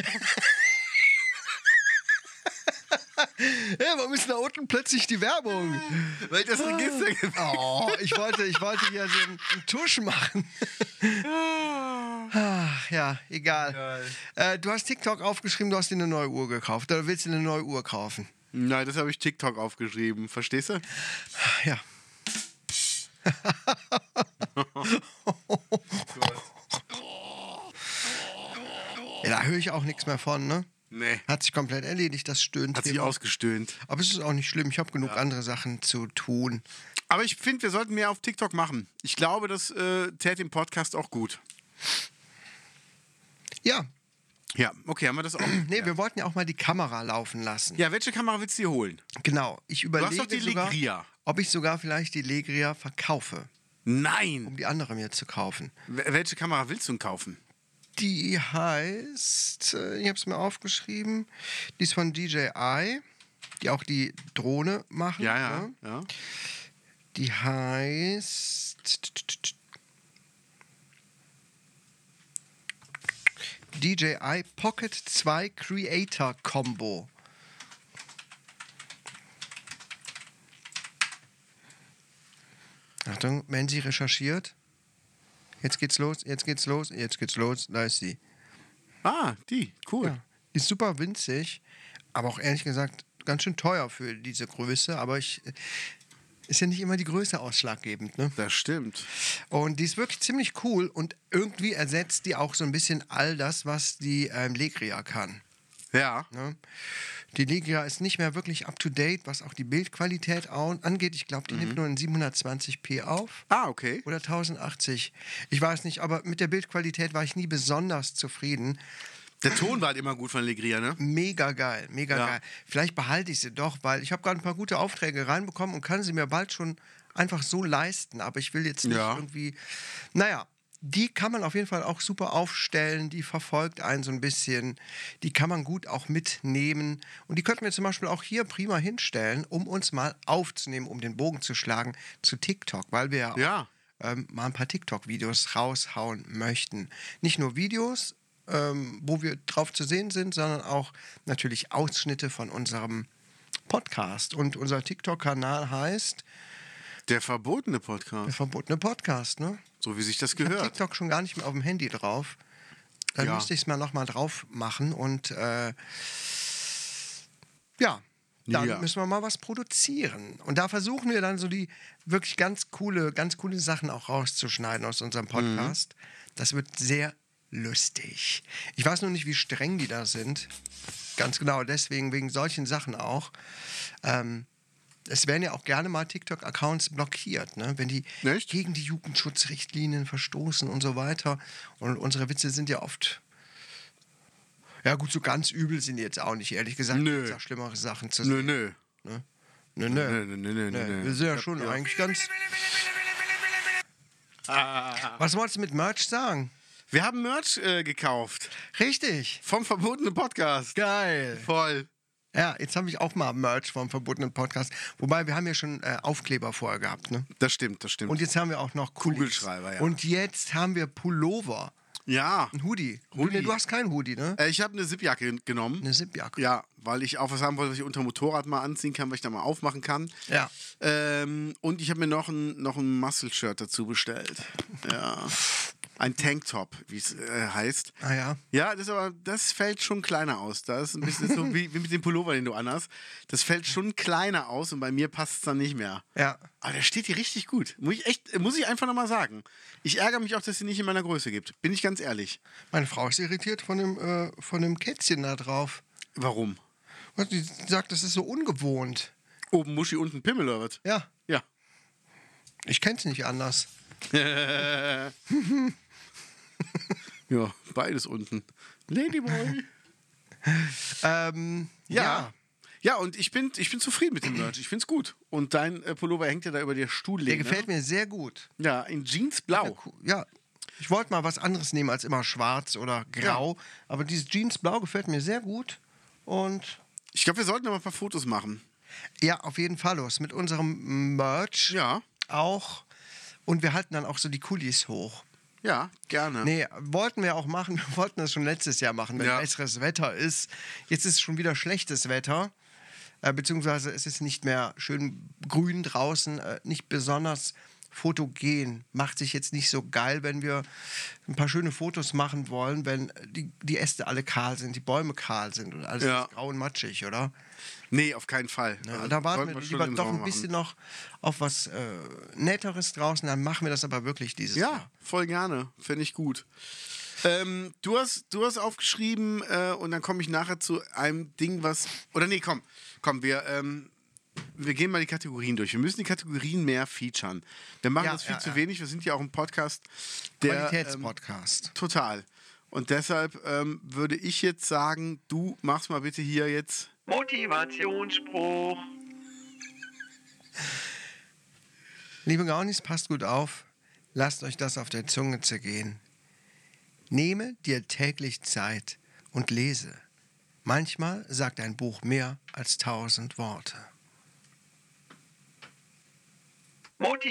[SPEAKER 1] Ja, warum ist da unten plötzlich die Werbung?
[SPEAKER 2] Weil ich das
[SPEAKER 1] Ah.
[SPEAKER 2] Register gemacht
[SPEAKER 1] Oh, ich wollte, ich wollte hier so einen, einen Tusch machen. Ach, ja, egal.
[SPEAKER 2] Geil.
[SPEAKER 1] Äh, du hast TikTok aufgeschrieben, du hast dir eine neue Uhr gekauft. Oder willst du eine neue Uhr kaufen?
[SPEAKER 2] Nein, das habe ich TikTok aufgeschrieben. Verstehst du?
[SPEAKER 1] Ja. ja da höre ich auch nichts mehr von, ne?
[SPEAKER 2] Nee.
[SPEAKER 1] Hat sich komplett erledigt, das Stöhnen.
[SPEAKER 2] Hat sich ausgestöhnt.
[SPEAKER 1] Aber es ist auch nicht schlimm, ich habe genug andere Sachen zu tun.
[SPEAKER 2] Aber ich finde, wir sollten mehr auf TikTok machen. Ich glaube, das äh, tät dem Podcast auch gut.
[SPEAKER 1] Ja,
[SPEAKER 2] Ja, okay, haben wir das auch.
[SPEAKER 1] nee, wir wollten ja auch mal die Kamera laufen lassen.
[SPEAKER 2] Ja, welche Kamera willst du dir holen?
[SPEAKER 1] Genau, ich
[SPEAKER 2] doch
[SPEAKER 1] überlege
[SPEAKER 2] die
[SPEAKER 1] sogar,
[SPEAKER 2] Legria.
[SPEAKER 1] ob ich sogar vielleicht die Legria verkaufe, um
[SPEAKER 2] Nein.
[SPEAKER 1] die andere mir zu kaufen.
[SPEAKER 2] W- Welche Kamera willst du denn kaufen?
[SPEAKER 1] Die heißt, äh, ich habe es mir aufgeschrieben, die ist von DJI, die auch die Drohne machen.
[SPEAKER 2] Ja, ja.
[SPEAKER 1] ne?
[SPEAKER 2] ja.
[SPEAKER 1] Die heißt DJI Pocket 2 Creator Combo. Achtung, wenn sie recherchiert. Jetzt geht's los, jetzt geht's los, jetzt geht's los. Da ist sie.
[SPEAKER 2] Ah, die. Cool.
[SPEAKER 1] Ja. Die ist super winzig, aber auch ehrlich gesagt ganz schön teuer für diese Größe. Aber ich ist ja nicht immer die Größe ausschlaggebend. Ne?
[SPEAKER 2] Das stimmt.
[SPEAKER 1] Und die ist wirklich ziemlich cool und irgendwie ersetzt die auch so ein bisschen all das, was die ähm, Legria kann.
[SPEAKER 2] Ja.
[SPEAKER 1] Ne? Die Legria ist nicht mehr wirklich up to date, was auch die Bildqualität au- angeht. Ich glaube, die nimmt nur in 720p auf.
[SPEAKER 2] Ah, okay.
[SPEAKER 1] Oder 1080. Ich weiß nicht, aber mit der Bildqualität war ich nie besonders zufrieden.
[SPEAKER 2] Der Ton war halt immer gut von Legria, ne?
[SPEAKER 1] Mega geil, mega
[SPEAKER 2] Ja.
[SPEAKER 1] geil. Vielleicht behalte ich sie doch, weil ich habe gerade ein paar gute Aufträge reinbekommen und kann sie mir bald schon einfach so leisten. Aber ich will jetzt nicht
[SPEAKER 2] Ja.
[SPEAKER 1] irgendwie. Naja, die kann man auf jeden Fall auch super aufstellen. Die verfolgt einen so ein bisschen. Die kann man gut auch mitnehmen. Und die könnten wir zum Beispiel auch hier prima hinstellen, um uns mal aufzunehmen, um den Bogen zu schlagen zu TikTok, weil wir ja,
[SPEAKER 2] Ja.
[SPEAKER 1] ähm, mal ein paar TikTok-Videos raushauen möchten. Nicht nur Videos, ähm, wo wir drauf zu sehen sind, sondern auch natürlich Ausschnitte von unserem Podcast. Und unser TikTok-Kanal heißt
[SPEAKER 2] Der verbotene
[SPEAKER 1] Der
[SPEAKER 2] Podcast,
[SPEAKER 1] verbotene Podcast, ne?
[SPEAKER 2] so wie sich das
[SPEAKER 1] Ich hab
[SPEAKER 2] gehört.
[SPEAKER 1] TikTok schon gar nicht mehr auf dem Handy drauf. Dann
[SPEAKER 2] Ja.
[SPEAKER 1] müsste ich es mal nochmal drauf machen und äh, ja, dann
[SPEAKER 2] Ja.
[SPEAKER 1] müssen wir mal was produzieren. Und da versuchen wir dann so die wirklich ganz coole, ganz coole Sachen auch rauszuschneiden aus unserem
[SPEAKER 2] Mhm.
[SPEAKER 1] Podcast. Das wird sehr lustig. Ich weiß nur nicht, wie streng die da sind. Ganz genau, deswegen, wegen solchen Sachen auch. Ähm, es werden ja auch gerne mal TikTok-Accounts blockiert, ne? wenn die
[SPEAKER 2] Echt?
[SPEAKER 1] gegen die Jugendschutzrichtlinien verstoßen und so weiter. Und unsere Witze sind ja oft. Ja, gut, so ganz übel sind die jetzt auch nicht, ehrlich gesagt.
[SPEAKER 2] Nö.
[SPEAKER 1] Gibt's auch schlimmere Sachen zu
[SPEAKER 2] Nö, nö.
[SPEAKER 1] Nö, nö.
[SPEAKER 2] Nö, nö, nö, nö, nö.
[SPEAKER 1] Wir sind ja schon eigentlich ganz. Was wolltest du mit Merch sagen?
[SPEAKER 2] Wir haben Merch äh, gekauft
[SPEAKER 1] Richtig.
[SPEAKER 2] vom verbotenen Podcast.
[SPEAKER 1] Geil.
[SPEAKER 2] Voll.
[SPEAKER 1] Ja, jetzt habe ich auch mal Merch vom verbotenen Podcast. Wobei, wir haben ja schon äh, Aufkleber vorher gehabt, ne?
[SPEAKER 2] Das stimmt, das stimmt.
[SPEAKER 1] Und jetzt haben wir auch noch Kulis.
[SPEAKER 2] Kugelschreiber, ja.
[SPEAKER 1] Und jetzt haben wir Pullover.
[SPEAKER 2] ja,
[SPEAKER 1] Ein Hoodie.
[SPEAKER 2] Hoodie.
[SPEAKER 1] Nee, du hast keinen Hoodie, ne?
[SPEAKER 2] äh, ich habe eine Zipjacke gen- genommen.
[SPEAKER 1] Eine Zipjacke.
[SPEAKER 2] Ja, weil ich auch was haben wollte, was ich unter dem Motorrad mal anziehen kann, was ich da mal aufmachen kann.
[SPEAKER 1] Ja.
[SPEAKER 2] Ähm, und ich habe mir noch ein, noch ein Muscle-Shirt dazu bestellt. Ja. Ein Tanktop, wie es äh, heißt.
[SPEAKER 1] Ah ja.
[SPEAKER 2] Ja, das, ist aber, das fällt schon kleiner aus. Das ist ein bisschen so wie, wie mit dem Pullover, den du anhast. Das fällt schon kleiner aus und bei mir passt es dann nicht mehr.
[SPEAKER 1] Ja.
[SPEAKER 2] Aber der steht dir richtig gut. Muss ich, echt, muss ich einfach nochmal sagen. Ich ärgere mich auch, dass sie nicht in meiner Größe gibt. Bin ich ganz ehrlich.
[SPEAKER 1] Meine Frau ist irritiert von dem, äh, von dem Kätzchen da drauf.
[SPEAKER 2] Warum?
[SPEAKER 1] Was, Die sagt, das ist so ungewohnt.
[SPEAKER 2] Oben Muschi, unten Pimmel oder was?
[SPEAKER 1] Ja,
[SPEAKER 2] Ja.
[SPEAKER 1] ich kenn's nicht anders.
[SPEAKER 2] Ja, beides unten. Ladyboy.
[SPEAKER 1] Ähm,
[SPEAKER 2] Ja. Ja, und ich bin, ich bin zufrieden mit dem Merch. Ich find's gut. Und dein äh, Pullover hängt ja da über der
[SPEAKER 1] Der
[SPEAKER 2] Stuhllehne.
[SPEAKER 1] gefällt mir sehr gut.
[SPEAKER 2] Ja, in Jeans blau.
[SPEAKER 1] Ja, ich wollte mal was anderes nehmen als immer schwarz oder grau. Aber dieses Jeansblau gefällt mir sehr gut. Und
[SPEAKER 2] Ich glaube, wir sollten noch mal ein paar Fotos machen.
[SPEAKER 1] ja, auf jeden Fall los. Mit unserem Merch
[SPEAKER 2] Ja.
[SPEAKER 1] auch. Und wir halten dann auch so die Kulis hoch.
[SPEAKER 2] Ja, gerne.
[SPEAKER 1] Nee, wollten wir auch machen. Wir wollten das schon letztes Jahr machen, wenn
[SPEAKER 2] Ja.
[SPEAKER 1] besseres Wetter ist. Jetzt ist schon wieder schlechtes Wetter. Äh, beziehungsweise es ist nicht mehr schön grün draußen, äh, nicht besonders fotogen. Macht sich jetzt nicht so geil, wenn wir ein paar schöne Fotos machen wollen, wenn die, die Äste alle kahl sind, die Bäume kahl sind und alles
[SPEAKER 2] Ja.
[SPEAKER 1] ist grau und matschig, oder?
[SPEAKER 2] Nee, auf keinen Fall.
[SPEAKER 1] Ja,
[SPEAKER 2] Also,
[SPEAKER 1] da warten
[SPEAKER 2] sollten
[SPEAKER 1] wir
[SPEAKER 2] schon
[SPEAKER 1] lieber
[SPEAKER 2] im
[SPEAKER 1] doch
[SPEAKER 2] Sommer
[SPEAKER 1] ein bisschen noch auf was äh, Netteres draußen, dann machen wir das aber wirklich dieses
[SPEAKER 2] Machen.
[SPEAKER 1] Jahr.
[SPEAKER 2] Ja, voll gerne. Finde ich gut. Ähm, du, hast, du hast aufgeschrieben äh, und dann komme ich nachher zu einem Ding, was. Oder nee, komm. Komm, wir, ähm, wir gehen mal die Kategorien durch. Wir müssen die Kategorien mehr featuren. Wir machen
[SPEAKER 1] Ja,
[SPEAKER 2] das viel
[SPEAKER 1] ja,
[SPEAKER 2] zu
[SPEAKER 1] ja.
[SPEAKER 2] wenig. Wir sind ja auch ein Podcast, der. ähm,
[SPEAKER 1] Qualitätspodcast.
[SPEAKER 2] Total. Und deshalb ähm, würde ich jetzt sagen, du machst mal bitte hier jetzt.
[SPEAKER 5] Motivationsspruch.
[SPEAKER 1] Liebe Gaunis, passt gut auf. Lasst euch das auf der Zunge zergehen. Nehme dir täglich Zeit und lese. Manchmal sagt ein Buch mehr als tausend Worte.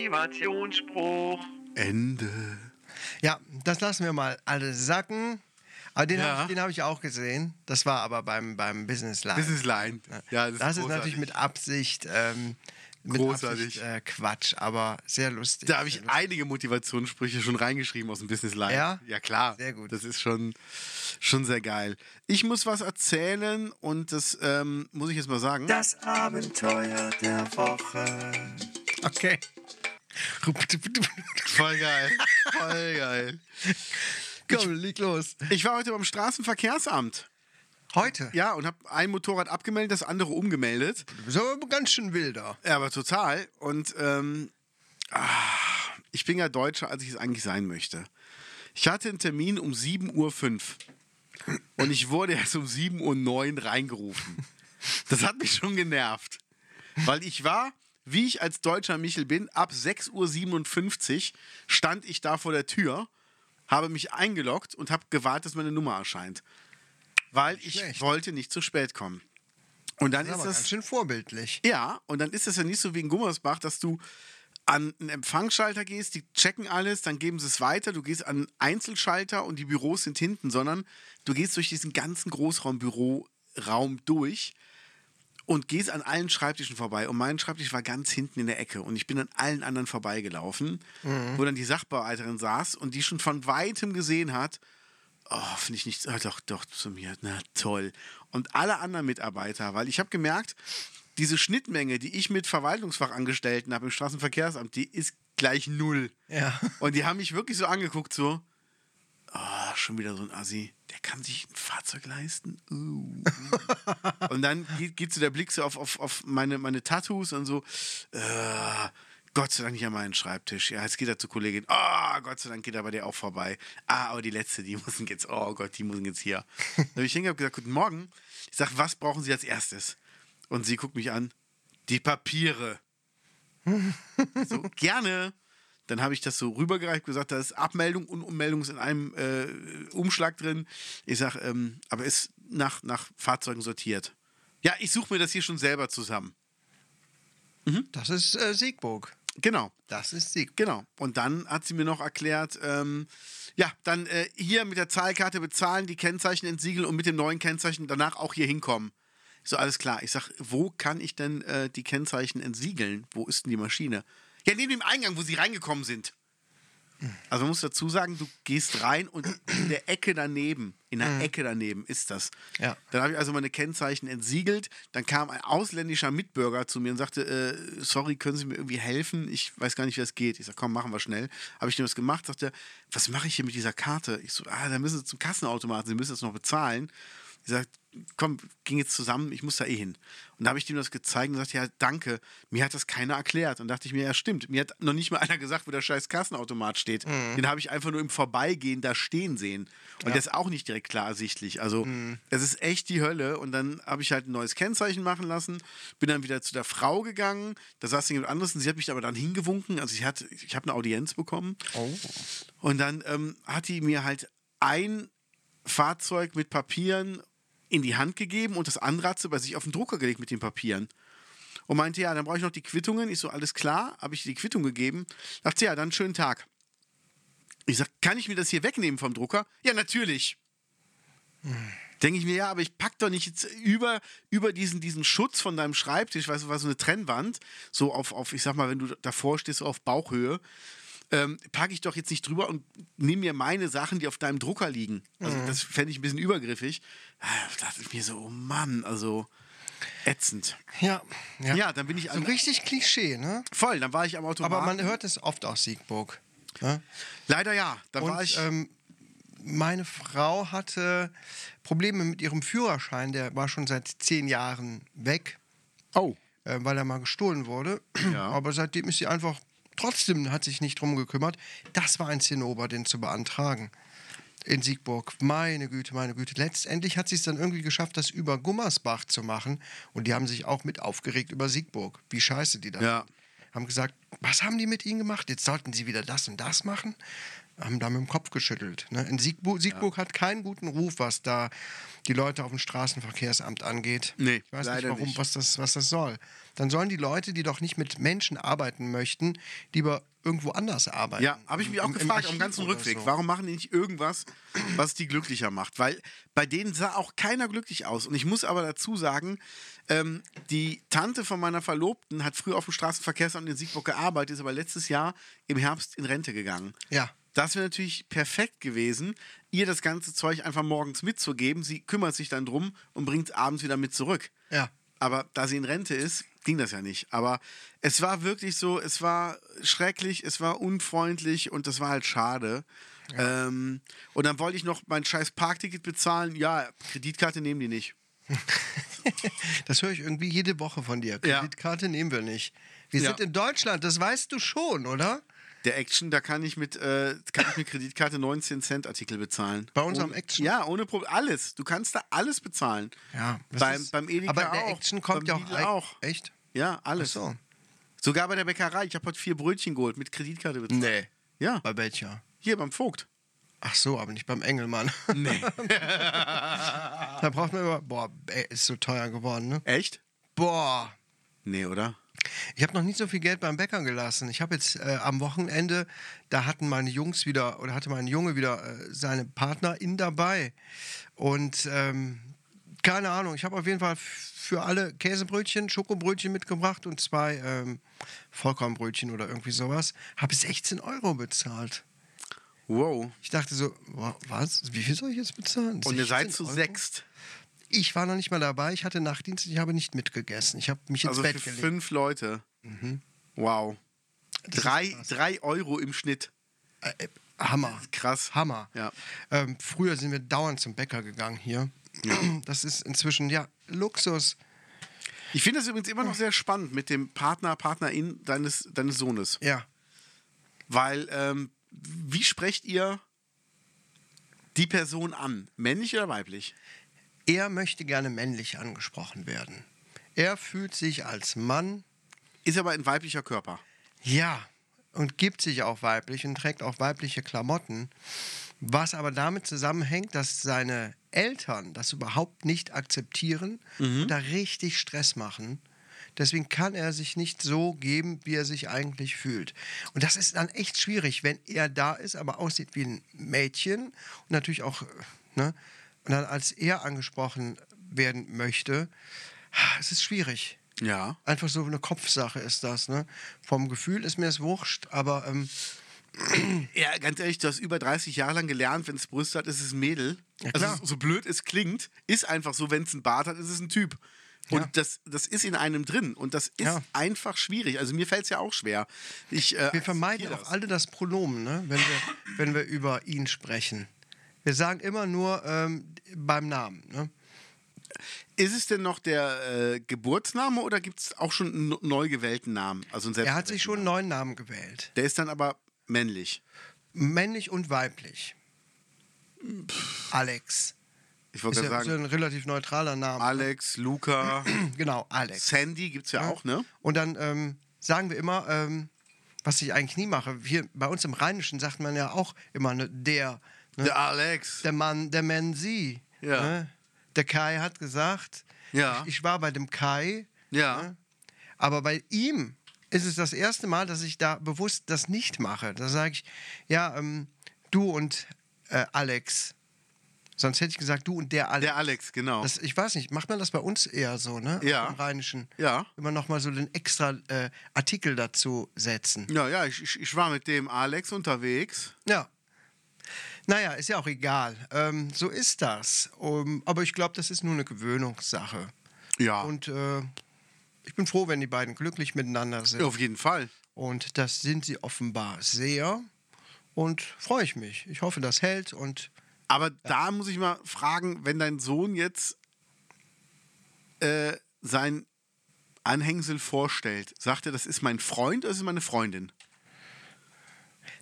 [SPEAKER 5] Motivationsspruch.
[SPEAKER 2] Ende.
[SPEAKER 1] Ja, das lassen wir mal alle sacken. Aber den
[SPEAKER 2] Ja.
[SPEAKER 1] habe ich, den hab ich auch gesehen. Das war aber beim, beim Business Live.
[SPEAKER 2] Das ist Line. Ja,
[SPEAKER 1] das, ist natürlich
[SPEAKER 2] großartig.
[SPEAKER 1] mit Absicht, ähm, mit
[SPEAKER 2] Großartig.
[SPEAKER 1] Absicht äh, Quatsch, aber sehr lustig.
[SPEAKER 2] Da habe
[SPEAKER 1] Sehr
[SPEAKER 2] ich einige Motivationssprüche schon reingeschrieben aus dem Business Line.
[SPEAKER 1] Ja?
[SPEAKER 2] Ja, klar.
[SPEAKER 1] Sehr gut.
[SPEAKER 2] Das ist schon, schon sehr geil. Ich muss was erzählen und das ähm, muss ich jetzt mal sagen.
[SPEAKER 5] Das Abenteuer der Woche.
[SPEAKER 1] lustig. Okay.
[SPEAKER 2] Voll geil. Voll geil.
[SPEAKER 1] Komm, leg los.
[SPEAKER 2] Ich war heute beim Straßenverkehrsamt.
[SPEAKER 1] Heute.
[SPEAKER 2] Ja, und habe ein Motorrad abgemeldet, das andere umgemeldet.
[SPEAKER 1] So ganz schön wilder.
[SPEAKER 2] Ja, aber total. Und ähm, ah, ich bin ja Deutscher, als ich es eigentlich sein möchte. Ich hatte einen Termin um 7.05 Uhr und ich wurde erst um 7.09 Uhr reingerufen. Das hat mich schon genervt, weil ich war wie ich als deutscher Michel bin, ab 6.57 Uhr stand ich da vor der Tür, habe mich eingeloggt und habe gewartet, dass meine Nummer erscheint. Weil ich
[SPEAKER 1] schlecht.
[SPEAKER 2] wollte nicht zu spät kommen. Und dann
[SPEAKER 1] Das ist
[SPEAKER 2] ist
[SPEAKER 1] aber ganz
[SPEAKER 2] das
[SPEAKER 1] schön vorbildlich.
[SPEAKER 2] ja, und dann ist das ja nicht so wie in Gummersbach, dass du an einen Empfangsschalter gehst, die checken alles, dann geben sie es weiter, du gehst an einen Einzelschalter und die Büros sind hinten, sondern du gehst durch diesen ganzen Großraumbüroraum durch und gehst an allen Schreibtischen vorbei. Und mein Schreibtisch war ganz hinten in der Ecke und ich bin an allen anderen vorbeigelaufen, wo dann die Sachbearbeiterin saß und die schon von weitem gesehen hat, oh, hoffentlich nicht, ah, doch, doch, zu mir, na toll. Und alle anderen Mitarbeiter, weil ich habe gemerkt, diese Schnittmenge, die ich mit Verwaltungsfachangestellten habe im Straßenverkehrsamt, die ist gleich null.
[SPEAKER 1] Ja.
[SPEAKER 2] Und die haben mich wirklich so angeguckt, so, ah, schon wieder so ein Assi, der kann sich ein Fahrzeug leisten. Uh. und dann geht, geht so der Blick so auf, auf, auf meine, meine Tattoos und so, äh, Gott sei Dank nicht an meinen Schreibtisch. Ja, jetzt geht er zur Kollegin. Ah, Gott sei Dank geht er bei dir auch vorbei. Ah, aber die letzte, die müssen jetzt, oh Gott, die müssen jetzt hier. Dann habe ich hingegangen und gesagt, guten Morgen. Ich sage, was brauchen Sie als erstes? Und sie guckt mich an, die Papiere. So, gerne. Dann habe ich das so rübergereicht, gesagt, da ist Abmeldung und Ummeldung ist in einem äh, Umschlag drin. Ich sage, ähm, aber ist nach, nach Fahrzeugen sortiert. Ja, ich suche mir das hier schon selber zusammen.
[SPEAKER 1] Das ist äh, Siegburg.
[SPEAKER 2] Genau,
[SPEAKER 1] Das ist Siegburg.
[SPEAKER 2] genau. Und dann hat sie mir noch erklärt, ähm, ja, dann äh, hier mit der Zahlkarte bezahlen, die Kennzeichen entsiegeln und mit dem neuen Kennzeichen danach auch hier hinkommen. Ich So, alles klar. Ich sage, wo kann ich denn äh, die Kennzeichen entsiegeln? Wo ist denn die Maschine? Ja, neben dem Eingang, wo sie reingekommen sind. Also man muss dazu sagen, du gehst rein und in der Ecke daneben, in der Ecke daneben ist das.
[SPEAKER 1] Ja.
[SPEAKER 2] Dann habe ich also meine Kennzeichen entsiegelt. Dann kam ein ausländischer Mitbürger zu mir und sagte, äh, sorry, können Sie mir irgendwie helfen? Ich weiß gar nicht, wie das geht. Ich sage, komm, machen wir schnell. Habe ich dem das gemacht, sagte er, was mache ich hier mit dieser Karte? Ich so, ah, da müssen Sie zum Kassenautomaten, Sie müssen das noch bezahlen. Ich sage, komm, ging jetzt zusammen, ich muss da eh hin. Und da habe ich dem das gezeigt und sagte, ja, danke. Mir hat das keiner erklärt. Und dachte ich mir, ja, stimmt. Mir hat noch nicht mal einer gesagt, wo der scheiß Kassenautomat steht. Den habe ich einfach nur im Vorbeigehen da stehen sehen. Und der ist auch nicht direkt klar ersichtlich. Also, es ist echt die Hölle. Und dann habe ich halt ein neues Kennzeichen machen lassen, bin dann wieder zu der Frau gegangen. Da saß jemand anderes und sie hat mich aber dann hingewunken. Also, sie hat, ich habe eine Audienz bekommen. Und dann ähm, hat die mir halt ein Fahrzeug mit Papieren in die Hand gegeben und das andere hat sie bei sich auf den Drucker gelegt mit den Papieren. Und meinte, ja, dann brauche ich noch die Quittungen. Ich so, alles klar, habe ich die Quittung gegeben. Dachte, ja, dann schönen Tag. Ich sag, kann ich mir das hier wegnehmen vom Drucker? Ja, natürlich. Denke ich mir, ja, aber ich pack doch nicht jetzt über, über diesen, diesen Schutz von deinem Schreibtisch, weißt du, war so eine Trennwand, so auf, auf, ich sag mal, wenn du davor stehst, so auf Bauchhöhe, ähm, packe ich doch jetzt nicht drüber und nehme mir meine Sachen, die auf deinem Drucker liegen. Also
[SPEAKER 1] Mhm.
[SPEAKER 2] das fände ich ein bisschen übergriffig. Da dachte ich mir so, oh Mann, also ätzend.
[SPEAKER 1] Ja.
[SPEAKER 2] Ja, dann bin ich
[SPEAKER 1] So
[SPEAKER 2] an,
[SPEAKER 1] richtig Klischee, ne?
[SPEAKER 2] voll, dann war ich am Automaten.
[SPEAKER 1] Aber man hört es oft aus Siegburg. Ne?
[SPEAKER 2] Leider ja, dann war
[SPEAKER 1] Und
[SPEAKER 2] ich...
[SPEAKER 1] ähm, meine Frau hatte Probleme mit ihrem Führerschein, der war schon seit zehn Jahren weg,
[SPEAKER 2] oh.
[SPEAKER 1] äh, weil er mal gestohlen wurde.
[SPEAKER 2] Ja.
[SPEAKER 1] Aber seitdem ist sie einfach, trotzdem hat sich nicht drum gekümmert. Das war ein Zinnober, den zu beantragen. In Siegburg. Meine Güte, meine Güte. Letztendlich hat sie es dann irgendwie geschafft, das über Gummersbach zu machen. Und die haben sich auch mit aufgeregt über Siegburg. Wie scheiße die da
[SPEAKER 2] Ja.
[SPEAKER 1] sind. Haben gesagt, was haben die mit ihnen gemacht? Jetzt sollten sie wieder das und das machen. Haben da mit dem Kopf geschüttelt. Ne? In Siegburg, Siegburg hat keinen guten Ruf, was da die Leute auf dem Straßenverkehrsamt angeht.
[SPEAKER 2] Nee,
[SPEAKER 1] ich weiß
[SPEAKER 2] leider
[SPEAKER 1] nicht, warum,
[SPEAKER 2] nicht.
[SPEAKER 1] was das, was das soll. Dann sollen die Leute, die doch nicht mit Menschen arbeiten möchten, lieber irgendwo anders arbeiten.
[SPEAKER 2] Ja, habe ich mich auch
[SPEAKER 1] Im- im
[SPEAKER 2] gefragt, am
[SPEAKER 1] Archiv
[SPEAKER 2] ganzen
[SPEAKER 1] oder
[SPEAKER 2] Rückweg.
[SPEAKER 1] so.
[SPEAKER 2] Warum machen die nicht irgendwas, was die glücklicher macht? Weil bei denen sah auch keiner glücklich aus. Und ich muss aber dazu sagen, ähm, die Tante von meiner Verlobten hat früher auf dem Straßenverkehrsamt in Siegburg gearbeitet, ist aber letztes Jahr im Herbst in Rente gegangen.
[SPEAKER 1] Ja.
[SPEAKER 2] Das wäre natürlich perfekt gewesen, ihr das ganze Zeug einfach morgens mitzugeben. Sie kümmert sich dann drum und bringt es abends wieder mit zurück.
[SPEAKER 1] Ja.
[SPEAKER 2] Aber da sie in Rente ist, ging das ja nicht. Aber es war wirklich so, es war schrecklich, es war unfreundlich und das war halt schade. Ähm, und dann wollte ich noch mein scheiß Parkticket bezahlen. Ja, Kreditkarte nehmen die nicht.
[SPEAKER 1] Das höre ich irgendwie jede Woche von dir.
[SPEAKER 2] Ja.
[SPEAKER 1] Kreditkarte nehmen wir nicht. Wir
[SPEAKER 2] Ja.
[SPEAKER 1] sind in Deutschland, das weißt du schon, oder?
[SPEAKER 2] Der Action, da kann ich mit, äh, kann ich mit Kreditkarte 19 Cent Artikel bezahlen.
[SPEAKER 1] Bei uns
[SPEAKER 2] Ohne-
[SPEAKER 1] am Action?
[SPEAKER 2] Ja, ohne Problem. Alles. Du kannst da alles bezahlen.
[SPEAKER 1] das
[SPEAKER 2] beim,
[SPEAKER 1] ist-
[SPEAKER 2] beim Edeka
[SPEAKER 1] Aber der
[SPEAKER 2] auch.
[SPEAKER 1] Action kommt
[SPEAKER 2] beim
[SPEAKER 1] ja auch,
[SPEAKER 2] Lidl auch.
[SPEAKER 1] Echt?
[SPEAKER 2] Ja,
[SPEAKER 1] Ach
[SPEAKER 2] alles.
[SPEAKER 1] so.
[SPEAKER 2] Sogar bei der Bäckerei. Ich habe heute vier Brötchen geholt mit Kreditkarte bezahlt.
[SPEAKER 1] Nee.
[SPEAKER 2] Ja,
[SPEAKER 1] Bei welcher?
[SPEAKER 2] hier beim Vogt.
[SPEAKER 1] Ach so, aber nicht beim Engelmann. Nee. da braucht man immer. Boah, ey, ist so teuer geworden, ne?
[SPEAKER 2] Echt?
[SPEAKER 1] Boah.
[SPEAKER 2] Nee, oder?
[SPEAKER 1] Ich habe noch nie so viel Geld beim Bäcker gelassen. Ich habe jetzt äh, am Wochenende, da hatten meine Jungs wieder, oder hatte mein Junge wieder äh, seine Partnerin dabei. Und ähm, keine Ahnung, ich habe auf jeden Fall f- für alle Käsebrötchen, Schokobrötchen mitgebracht und zwei ähm, Vollkornbrötchen oder irgendwie sowas. Habe 16 Euro bezahlt.
[SPEAKER 2] Wow.
[SPEAKER 1] Ich dachte so, wa- was? Wie viel soll ich jetzt bezahlen?
[SPEAKER 2] Und ihr seid
[SPEAKER 1] 16
[SPEAKER 2] zu
[SPEAKER 1] Euro?
[SPEAKER 2] sechst.
[SPEAKER 1] Ich war noch nicht mal dabei. Ich hatte Nachtdienst. Ich habe nicht mitgegessen. Ich habe mich ins
[SPEAKER 2] Also für
[SPEAKER 1] Bett Mhm. gelegt.
[SPEAKER 2] fünf Leute. Wow. Drei, drei Euro im Schnitt.
[SPEAKER 1] Äh, äh, Hammer.
[SPEAKER 2] Krass.
[SPEAKER 1] Hammer.
[SPEAKER 2] Ja.
[SPEAKER 1] Ähm, früher sind wir dauernd zum Bäcker gegangen hier. Das ist inzwischen ja Luxus.
[SPEAKER 2] Ich finde das übrigens immer noch sehr spannend mit dem Partner, Partnerin deines, deines Sohnes.
[SPEAKER 1] Ja.
[SPEAKER 2] Weil, ähm, wie sprecht ihr die Person an? Männlich oder weiblich?
[SPEAKER 1] Er möchte gerne männlich angesprochen werden. Er fühlt sich als Mann,
[SPEAKER 2] Ist aber ein weiblicher Körper.
[SPEAKER 1] ja, und gibt sich auch weiblich und trägt auch weibliche Klamotten. Was aber damit zusammenhängt, dass seine Eltern das überhaupt nicht akzeptieren und da richtig Stress machen. Deswegen kann er sich nicht so geben, wie er sich eigentlich fühlt. Und das ist dann echt schwierig, wenn er da ist, aber aussieht wie ein Mädchen und natürlich auch, äh, ne, und dann als er angesprochen werden möchte, es ist schwierig.
[SPEAKER 2] Ja.
[SPEAKER 1] Einfach so eine Kopfsache ist das. Ne? Vom Gefühl ist mir es wurscht, aber ähm,
[SPEAKER 2] Ja, ganz ehrlich, du hast über 30 Jahre lang gelernt, wenn es Brüste hat, ist es ein Mädel.
[SPEAKER 1] klar.
[SPEAKER 2] Also, so blöd es klingt, ist einfach so, wenn es einen Bart hat, ist es ein Typ. Und
[SPEAKER 1] Ja.
[SPEAKER 2] das, das ist in einem drin. Und das ist
[SPEAKER 1] Ja.
[SPEAKER 2] einfach schwierig. Also mir fällt es ja auch schwer. Ich, äh,
[SPEAKER 1] wir vermeiden
[SPEAKER 2] akzeptiere
[SPEAKER 1] auch
[SPEAKER 2] das.
[SPEAKER 1] alle das Pronomen, ne? wenn, wir, wenn wir über ihn sprechen. Wir sagen immer nur ähm, beim Namen. Ne?
[SPEAKER 2] Ist es denn noch der äh, Geburtsname oder gibt es auch schon einen no- neu gewählten Namen? Also einen
[SPEAKER 1] Er hat sich
[SPEAKER 2] selbstgewählten
[SPEAKER 1] schon einen neuen Namen gewählt.
[SPEAKER 2] Namen. Der ist dann aber männlich.
[SPEAKER 1] Männlich und weiblich. Alex.
[SPEAKER 2] Ich wollte
[SPEAKER 1] Ist ja,
[SPEAKER 2] gerade
[SPEAKER 1] ist ja
[SPEAKER 2] sagen,
[SPEAKER 1] ein relativ neutraler Name.
[SPEAKER 2] Alex, Luca,
[SPEAKER 1] genau, Alex.
[SPEAKER 2] Sandy gibt es ja, auch, ne?
[SPEAKER 1] Und dann ähm, sagen wir immer, ähm, was ich eigentlich nie mache, hier bei uns im Rheinischen sagt man ja auch immer ne, der, ne,
[SPEAKER 2] Der Alex.
[SPEAKER 1] der Mann, der Mann sie.
[SPEAKER 2] Ja.
[SPEAKER 1] Ne? Der Kai hat gesagt,
[SPEAKER 2] Ja.
[SPEAKER 1] ich, ich war bei dem Kai,
[SPEAKER 2] ja.
[SPEAKER 1] aber bei ihm ist es das erste Mal, dass ich da bewusst das nicht mache. Da sage ich, ja, ähm, du und äh, Alex. Sonst hätte ich gesagt, du und der Alex.
[SPEAKER 2] Der Alex, genau.
[SPEAKER 1] Das, ich weiß nicht, macht man das bei uns eher so, ne?
[SPEAKER 2] Ja.
[SPEAKER 1] Auch Im Rheinischen.
[SPEAKER 2] Ja.
[SPEAKER 1] Immer nochmal so den extra äh, Artikel dazu setzen.
[SPEAKER 2] Ja, ja, ich, ich, ich war mit dem Alex unterwegs.
[SPEAKER 1] Ja. Naja, ist ja auch egal. Ähm, so ist das. Um, aber ich glaube, das ist nur eine Gewöhnungssache.
[SPEAKER 2] Ja.
[SPEAKER 1] Und äh, ich bin froh, wenn die beiden glücklich miteinander sind.
[SPEAKER 2] Ja, auf jeden Fall.
[SPEAKER 1] Und das sind sie offenbar sehr. Und freue ich mich. Ich hoffe, das hält. Und
[SPEAKER 2] Aber da muss ich mal fragen, wenn dein Sohn jetzt äh, sein Anhängsel vorstellt, sagt er, das ist mein Freund oder das ist meine Freundin?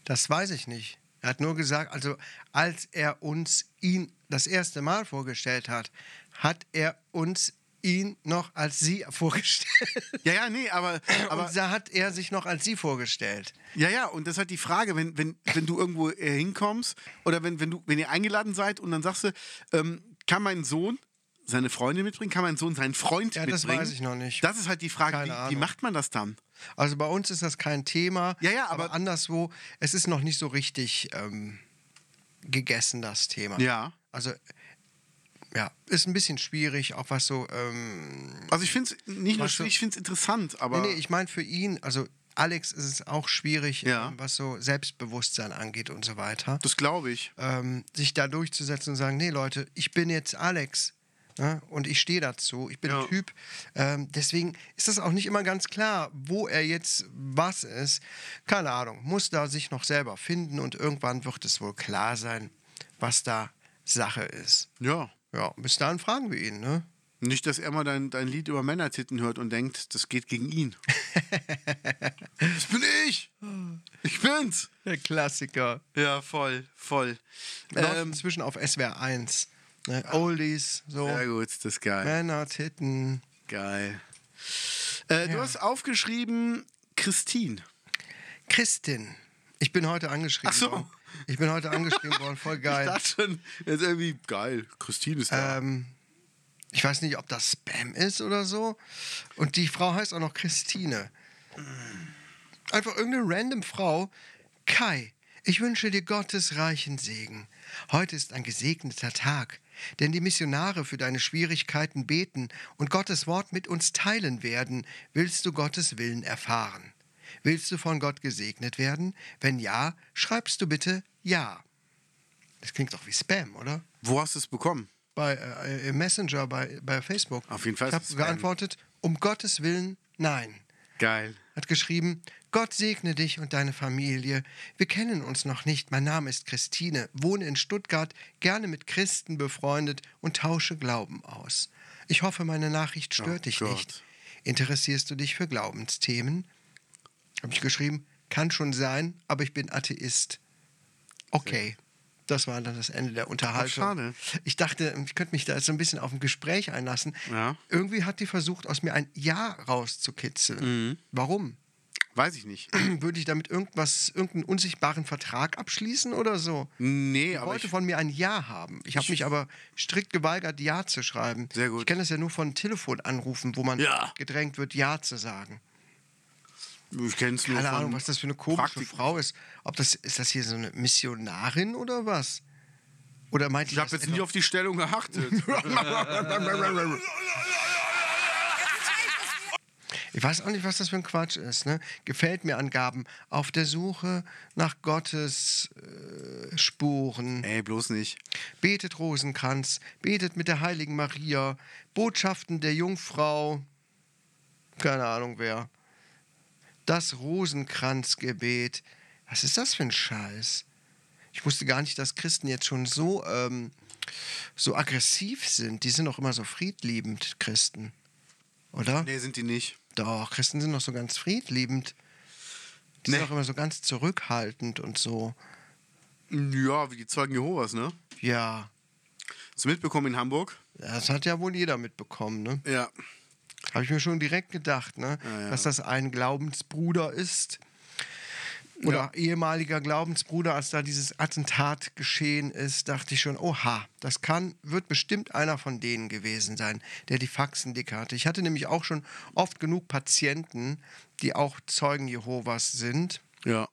[SPEAKER 1] das weiß ich nicht. Er hat nur gesagt, also als er uns ihn das erste Mal vorgestellt hat, hat er uns ihn noch als sie vorgestellt.
[SPEAKER 2] Ja, ja, nee, aber, aber
[SPEAKER 1] und da hat er sich noch als sie vorgestellt.
[SPEAKER 2] Ja, ja, und das ist halt die Frage, wenn, wenn, wenn du irgendwo äh, hinkommst oder wenn, wenn, du, wenn ihr eingeladen seid und dann sagst du, ähm, kann mein Sohn seine Freundin mitbringen, kann mein Sohn seinen Freund
[SPEAKER 1] Ja, das
[SPEAKER 2] mitbringen?
[SPEAKER 1] weiß ich noch nicht.
[SPEAKER 2] Das ist halt die Frage,
[SPEAKER 1] Keine
[SPEAKER 2] wie, wie
[SPEAKER 1] Ahnung.
[SPEAKER 2] macht man das dann?
[SPEAKER 1] Also bei uns ist das kein Thema.
[SPEAKER 2] Ja, ja, aber-
[SPEAKER 1] anderswo, es ist noch nicht so richtig ähm, gegessen, das Thema.
[SPEAKER 2] Ja.
[SPEAKER 1] Also, ja, ist ein bisschen schwierig, auch was so. Ähm,
[SPEAKER 2] Also ich finde es nicht nur
[SPEAKER 1] Weißt du-
[SPEAKER 2] schwierig, ich finde es interessant, aber
[SPEAKER 1] nee, nee, ich meine für ihn, also Alex ist es auch schwierig,
[SPEAKER 2] Ja.
[SPEAKER 1] ähm, was so Selbstbewusstsein angeht und so weiter.
[SPEAKER 2] das glaube ich.
[SPEAKER 1] Ähm, sich da durchzusetzen und sagen: Nee, Leute, ich bin jetzt Alex. Ne? Und ich stehe dazu, ich bin
[SPEAKER 2] Ja.
[SPEAKER 1] ein Typ. Ähm, deswegen ist das auch nicht immer ganz klar, wo er jetzt was ist. Keine Ahnung, muss da sich noch selber finden und irgendwann wird es wohl klar sein, was da Sache ist.
[SPEAKER 2] Ja.
[SPEAKER 1] Ja, bis dahin fragen wir ihn, ne?
[SPEAKER 2] Nicht, dass er mal dein, dein Lied über Männertitten hört und denkt, das geht gegen ihn. das bin ich! Ich bin's!
[SPEAKER 1] Der Klassiker.
[SPEAKER 2] Ja, voll, voll.
[SPEAKER 1] Läuft
[SPEAKER 2] Ähm,
[SPEAKER 1] inzwischen auf SWR 1. Ne? Oldies, so.
[SPEAKER 2] ja gut, das ist geil.
[SPEAKER 1] Männer, Titten.
[SPEAKER 2] Geil. Äh, Du hast aufgeschrieben, Christine.
[SPEAKER 1] Christin. Ich bin heute angeschrieben
[SPEAKER 2] Ach so.
[SPEAKER 1] worden. Ich bin heute angeschrieben worden, voll
[SPEAKER 2] Ich
[SPEAKER 1] geil.
[SPEAKER 2] dachte schon, das ist irgendwie geil. Christine ist da.
[SPEAKER 1] Ähm, ich weiß nicht, ob das Spam ist oder so. Und die Frau heißt auch noch Christine. Einfach irgendeine random Frau. Kai, ich wünsche dir Gottes reichen Segen. Heute ist ein gesegneter Tag, denn die Missionare für deine Schwierigkeiten beten und Gottes Wort mit uns teilen werden. Willst du Gottes Willen erfahren? Willst du von Gott gesegnet werden? Wenn ja, schreibst du bitte Ja. Das klingt doch wie Spam, oder?
[SPEAKER 2] Wo hast du es bekommen?
[SPEAKER 1] bei äh, im Messenger, bei, bei Facebook.
[SPEAKER 2] Auf jeden Fall
[SPEAKER 1] Ich
[SPEAKER 2] ist es
[SPEAKER 1] habe geantwortet, um Gottes Willen, nein.
[SPEAKER 2] Geil.
[SPEAKER 1] Hat geschrieben, Gott segne dich und deine Familie. Wir kennen uns noch nicht. Mein Name ist Christine, wohne in Stuttgart, gerne mit Christen befreundet und tausche Glauben aus. Ich hoffe, meine Nachricht stört
[SPEAKER 2] Oh
[SPEAKER 1] dich
[SPEAKER 2] Gott.
[SPEAKER 1] nicht. Interessierst du dich für Glaubensthemen? Habe ich geschrieben, kann schon sein, aber ich bin Atheist. Okay. Das war dann das Ende der Unterhaltung.
[SPEAKER 2] schade.
[SPEAKER 1] Ich dachte, ich könnte mich da jetzt so ein bisschen auf ein Gespräch einlassen.
[SPEAKER 2] Ja.
[SPEAKER 1] Irgendwie hat die versucht, aus mir ein Ja rauszukitzeln.
[SPEAKER 2] Mhm.
[SPEAKER 1] Warum?
[SPEAKER 2] Weiß ich nicht.
[SPEAKER 1] Würde ich damit irgendwas, irgendeinen unsichtbaren Vertrag abschließen oder so?
[SPEAKER 2] Nee,
[SPEAKER 1] Ich
[SPEAKER 2] aber
[SPEAKER 1] wollte
[SPEAKER 2] ich,
[SPEAKER 1] von mir ein Ja haben. Ich habe mich aber strikt geweigert, Ja zu schreiben.
[SPEAKER 2] Sehr gut.
[SPEAKER 1] Ich kenne das ja nur von Telefonanrufen, wo man
[SPEAKER 2] Ja.
[SPEAKER 1] gedrängt wird, Ja zu sagen.
[SPEAKER 2] ich kenne es nur
[SPEAKER 1] Keine
[SPEAKER 2] von
[SPEAKER 1] Ahnung, was das für eine komische
[SPEAKER 2] Praktik-
[SPEAKER 1] Frau ist. Ob das, ist das hier so eine Missionarin oder was? Oder meint die
[SPEAKER 2] Ich habe
[SPEAKER 1] das
[SPEAKER 2] jetzt
[SPEAKER 1] etwa-
[SPEAKER 2] nie auf die Stellung geachtet.
[SPEAKER 1] Ich weiß auch nicht, was das für ein Quatsch ist. Ne? Gefällt mir Angaben auf der Suche nach Gottes äh, Spuren.
[SPEAKER 2] Ey, bloß nicht.
[SPEAKER 1] Betet Rosenkranz, betet mit der heiligen Maria, Botschaften der Jungfrau, keine Ahnung wer. Das Rosenkranzgebet. Was ist das für ein Scheiß? Ich wusste gar nicht, dass Christen jetzt schon so, ähm, so aggressiv sind. Die sind doch immer so friedliebend, Christen. Oder?
[SPEAKER 2] Nee, sind die nicht.
[SPEAKER 1] Doch, Christen sind doch so ganz friedliebend. Die
[SPEAKER 2] Nee.
[SPEAKER 1] sind doch immer so ganz zurückhaltend und so.
[SPEAKER 2] Ja, wie die Zeugen Jehovas, ne?
[SPEAKER 1] Ja,
[SPEAKER 2] Hast du mitbekommen in Hamburg?
[SPEAKER 1] das hat ja wohl jeder mitbekommen, ne?
[SPEAKER 2] Ja.
[SPEAKER 1] Habe ich mir schon direkt gedacht, ne? Dass das ein Glaubensbruder ist. Oder ehemaliger Glaubensbruder, als da dieses Attentat geschehen ist, dachte ich schon, oha, das kann, wird bestimmt einer von denen gewesen sein, der die Faxen dick hatte. Ich hatte nämlich auch schon oft genug Patienten, die auch Zeugen Jehovas sind.
[SPEAKER 2] Ja.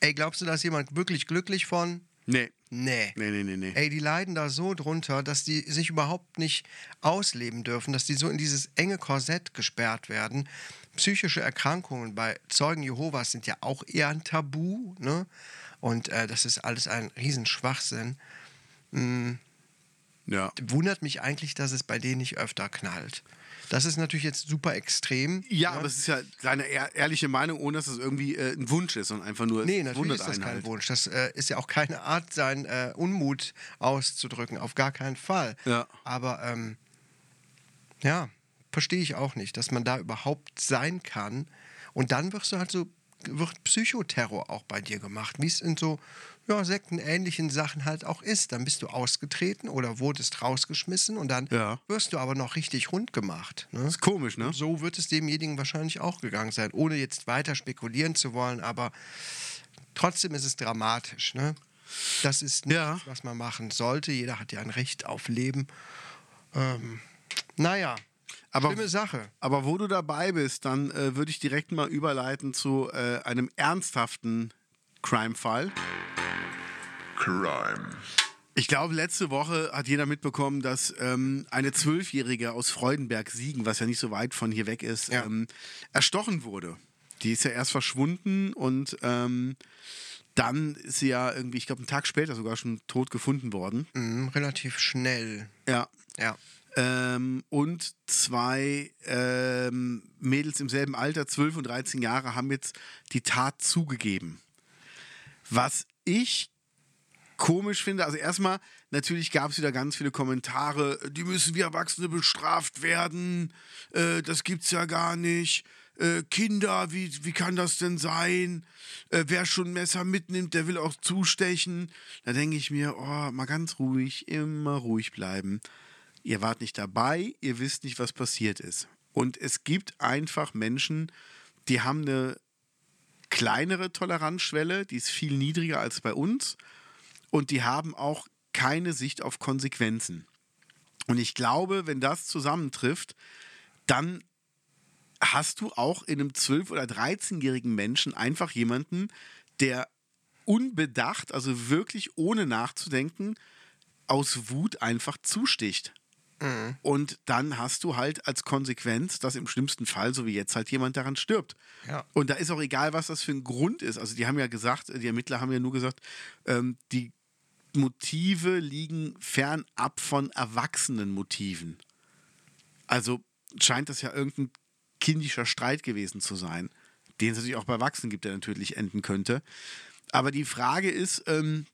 [SPEAKER 1] Ey, glaubst du, da ist jemand wirklich glücklich von?
[SPEAKER 2] Nee.
[SPEAKER 1] Nee.
[SPEAKER 2] Nee, nee, nee, nee.
[SPEAKER 1] Ey, die leiden da so drunter, dass die sich überhaupt nicht ausleben dürfen, dass die so in dieses enge Korsett gesperrt werden. Psychische Erkrankungen bei Zeugen Jehovas sind ja auch eher ein Tabu, ne? Und äh, das ist alles ein Riesenschwachsinn.
[SPEAKER 2] Ja.
[SPEAKER 1] Wundert mich eigentlich, dass es bei denen nicht öfter knallt. Das ist natürlich jetzt super extrem. ne?
[SPEAKER 2] Ja, aber es ist ja deine ehr- ehrliche Meinung, ohne dass es irgendwie äh, ein Wunsch ist und einfach nur es
[SPEAKER 1] Nee, natürlich
[SPEAKER 2] wundert
[SPEAKER 1] ist das
[SPEAKER 2] einen
[SPEAKER 1] kein
[SPEAKER 2] halt.
[SPEAKER 1] Wunsch. Das äh, ist ja auch keine Art, seinen äh, Unmut auszudrücken. Auf gar keinen Fall.
[SPEAKER 2] Ja.
[SPEAKER 1] Aber ähm, ja, verstehe ich auch nicht, dass man da überhaupt sein kann. Und dann wirst du halt so, wird Psychoterror auch bei dir gemacht, wie es in so ja, sektenähnlichen Sachen halt auch ist. Dann bist du ausgetreten oder wurdest rausgeschmissen und dann
[SPEAKER 2] Ja.
[SPEAKER 1] wirst du aber noch richtig rund gemacht. Ne?
[SPEAKER 2] Das ist komisch, ne?
[SPEAKER 1] So wird es demjenigen wahrscheinlich auch gegangen sein, ohne jetzt weiter spekulieren zu wollen, aber trotzdem ist es dramatisch. Ne? Das ist nichts,
[SPEAKER 2] Ja.
[SPEAKER 1] was man machen sollte. Jeder hat ja ein Recht auf Leben. Ähm, naja,
[SPEAKER 2] Aber-
[SPEAKER 1] schlimme Sache.
[SPEAKER 2] Aber wo du dabei bist, dann äh, würde ich direkt mal überleiten zu äh, einem ernsthaften Crime-Fall.
[SPEAKER 6] Crime.
[SPEAKER 2] Ich glaube, letzte Woche hat jeder mitbekommen, dass ähm, eine Zwölfjährige aus Freudenberg-Siegen, was ja nicht so weit von hier weg ist,
[SPEAKER 1] Ja.
[SPEAKER 2] ähm, erstochen wurde. Die ist ja erst verschwunden und ähm, dann ist sie ja irgendwie, ich glaube, einen Tag später sogar schon tot gefunden worden.
[SPEAKER 1] Mhm, relativ schnell.
[SPEAKER 2] Ja.
[SPEAKER 1] Ja.
[SPEAKER 2] Ähm, und zwei ähm, Mädels im selben Alter, 12 und 13 Jahre, haben jetzt die Tat zugegeben. Was ich komisch finde, also erstmal, natürlich gab es wieder ganz viele Kommentare, die müssen wie Erwachsene bestraft werden, äh, das gibt's ja gar nicht. Äh, Kinder, wie, wie kann das denn sein? Äh, wer schon ein Messer mitnimmt, der will auch zustechen. Da denke ich mir, oh, mal ganz ruhig, immer ruhig bleiben. Ihr wart nicht dabei, ihr wisst nicht, was passiert ist. Und es gibt einfach Menschen, die haben eine kleinere Toleranzschwelle, die ist viel niedriger als bei uns und die haben auch keine Sicht auf Konsequenzen. Und ich glaube, wenn das zusammentrifft, dann hast du auch in einem 12- oder 13-jährigen Menschen einfach jemanden, der unbedacht, also wirklich ohne nachzudenken, aus Wut einfach zusticht. Und dann hast du halt als Konsequenz, dass im schlimmsten Fall, so wie jetzt, halt jemand daran stirbt.
[SPEAKER 1] Ja.
[SPEAKER 2] Und da ist auch egal, was das für ein Grund ist. Also die haben ja gesagt, die Ermittler haben ja nur gesagt, ähm, die Motive liegen fernab von erwachsenen Motiven. Also scheint das ja irgendein kindischer Streit gewesen zu sein, den es natürlich auch bei Erwachsenen gibt, der natürlich enden könnte. Aber die Frage ist, ähm,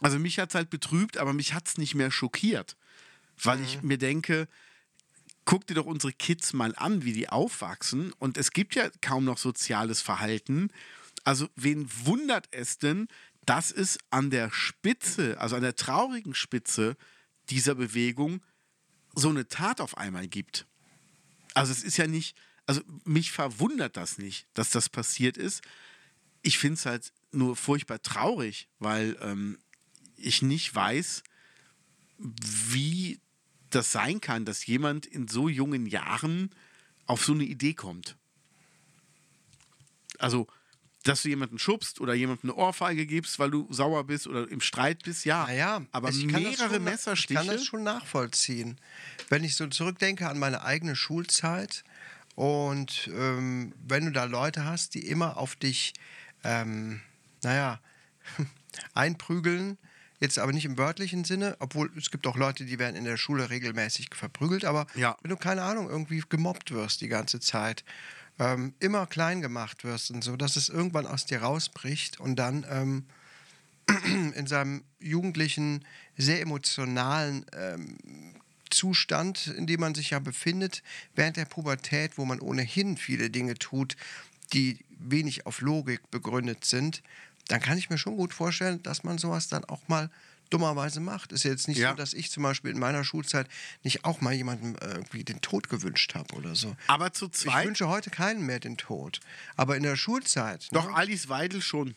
[SPEAKER 2] also mich hat es halt betrübt, aber mich hat es nicht mehr schockiert, weil ich mir denke, guck dir doch unsere Kids mal an, wie die aufwachsen. Und es gibt ja kaum noch soziales Verhalten. Also wen wundert es denn, dass es an der Spitze, also an der traurigen Spitze dieser Bewegung so eine Tat auf einmal gibt? Also es ist ja nicht, also mich verwundert das nicht, dass das passiert ist. Ich finde es halt nur furchtbar traurig, weil ähm, ich nicht weiß, wie das sein kann, dass jemand in so jungen Jahren auf so eine Idee kommt. Also, dass du jemanden schubst oder jemandem eine Ohrfeige gibst, weil du sauer bist oder im Streit bist, ja.
[SPEAKER 1] Naja,
[SPEAKER 2] aber
[SPEAKER 1] Also ich kann das
[SPEAKER 2] mehrere
[SPEAKER 1] schon na-
[SPEAKER 2] Messerstiche.
[SPEAKER 1] Ich kann das schon nachvollziehen. Wenn ich so zurückdenke an meine eigene Schulzeit und ähm, wenn du da Leute hast, die immer auf dich, ähm, naja, einprügeln, jetzt aber nicht im wörtlichen Sinne, obwohl es gibt auch Leute, die werden in der Schule regelmäßig verprügelt, aber
[SPEAKER 2] Ja.
[SPEAKER 1] wenn du, keine Ahnung, irgendwie gemobbt wirst die ganze Zeit, ähm, immer klein gemacht wirst und so, dass es irgendwann aus dir rausbricht und dann... Ähm, in seinem jugendlichen, sehr emotionalen ähm, Zustand, in dem man sich ja befindet, während der Pubertät, wo man ohnehin viele Dinge tut, die wenig auf Logik begründet sind, dann kann ich mir schon gut vorstellen, dass man sowas dann auch mal dummerweise macht. Ist jetzt nicht
[SPEAKER 2] Ja.
[SPEAKER 1] so, dass ich zum Beispiel in meiner Schulzeit nicht auch mal jemandem äh, irgendwie den Tod gewünscht habe oder so.
[SPEAKER 2] aber zu
[SPEAKER 1] Ich
[SPEAKER 2] zweit,
[SPEAKER 1] wünsche heute keinen mehr den Tod. Aber in der Schulzeit.
[SPEAKER 2] doch Alice Weidel schon.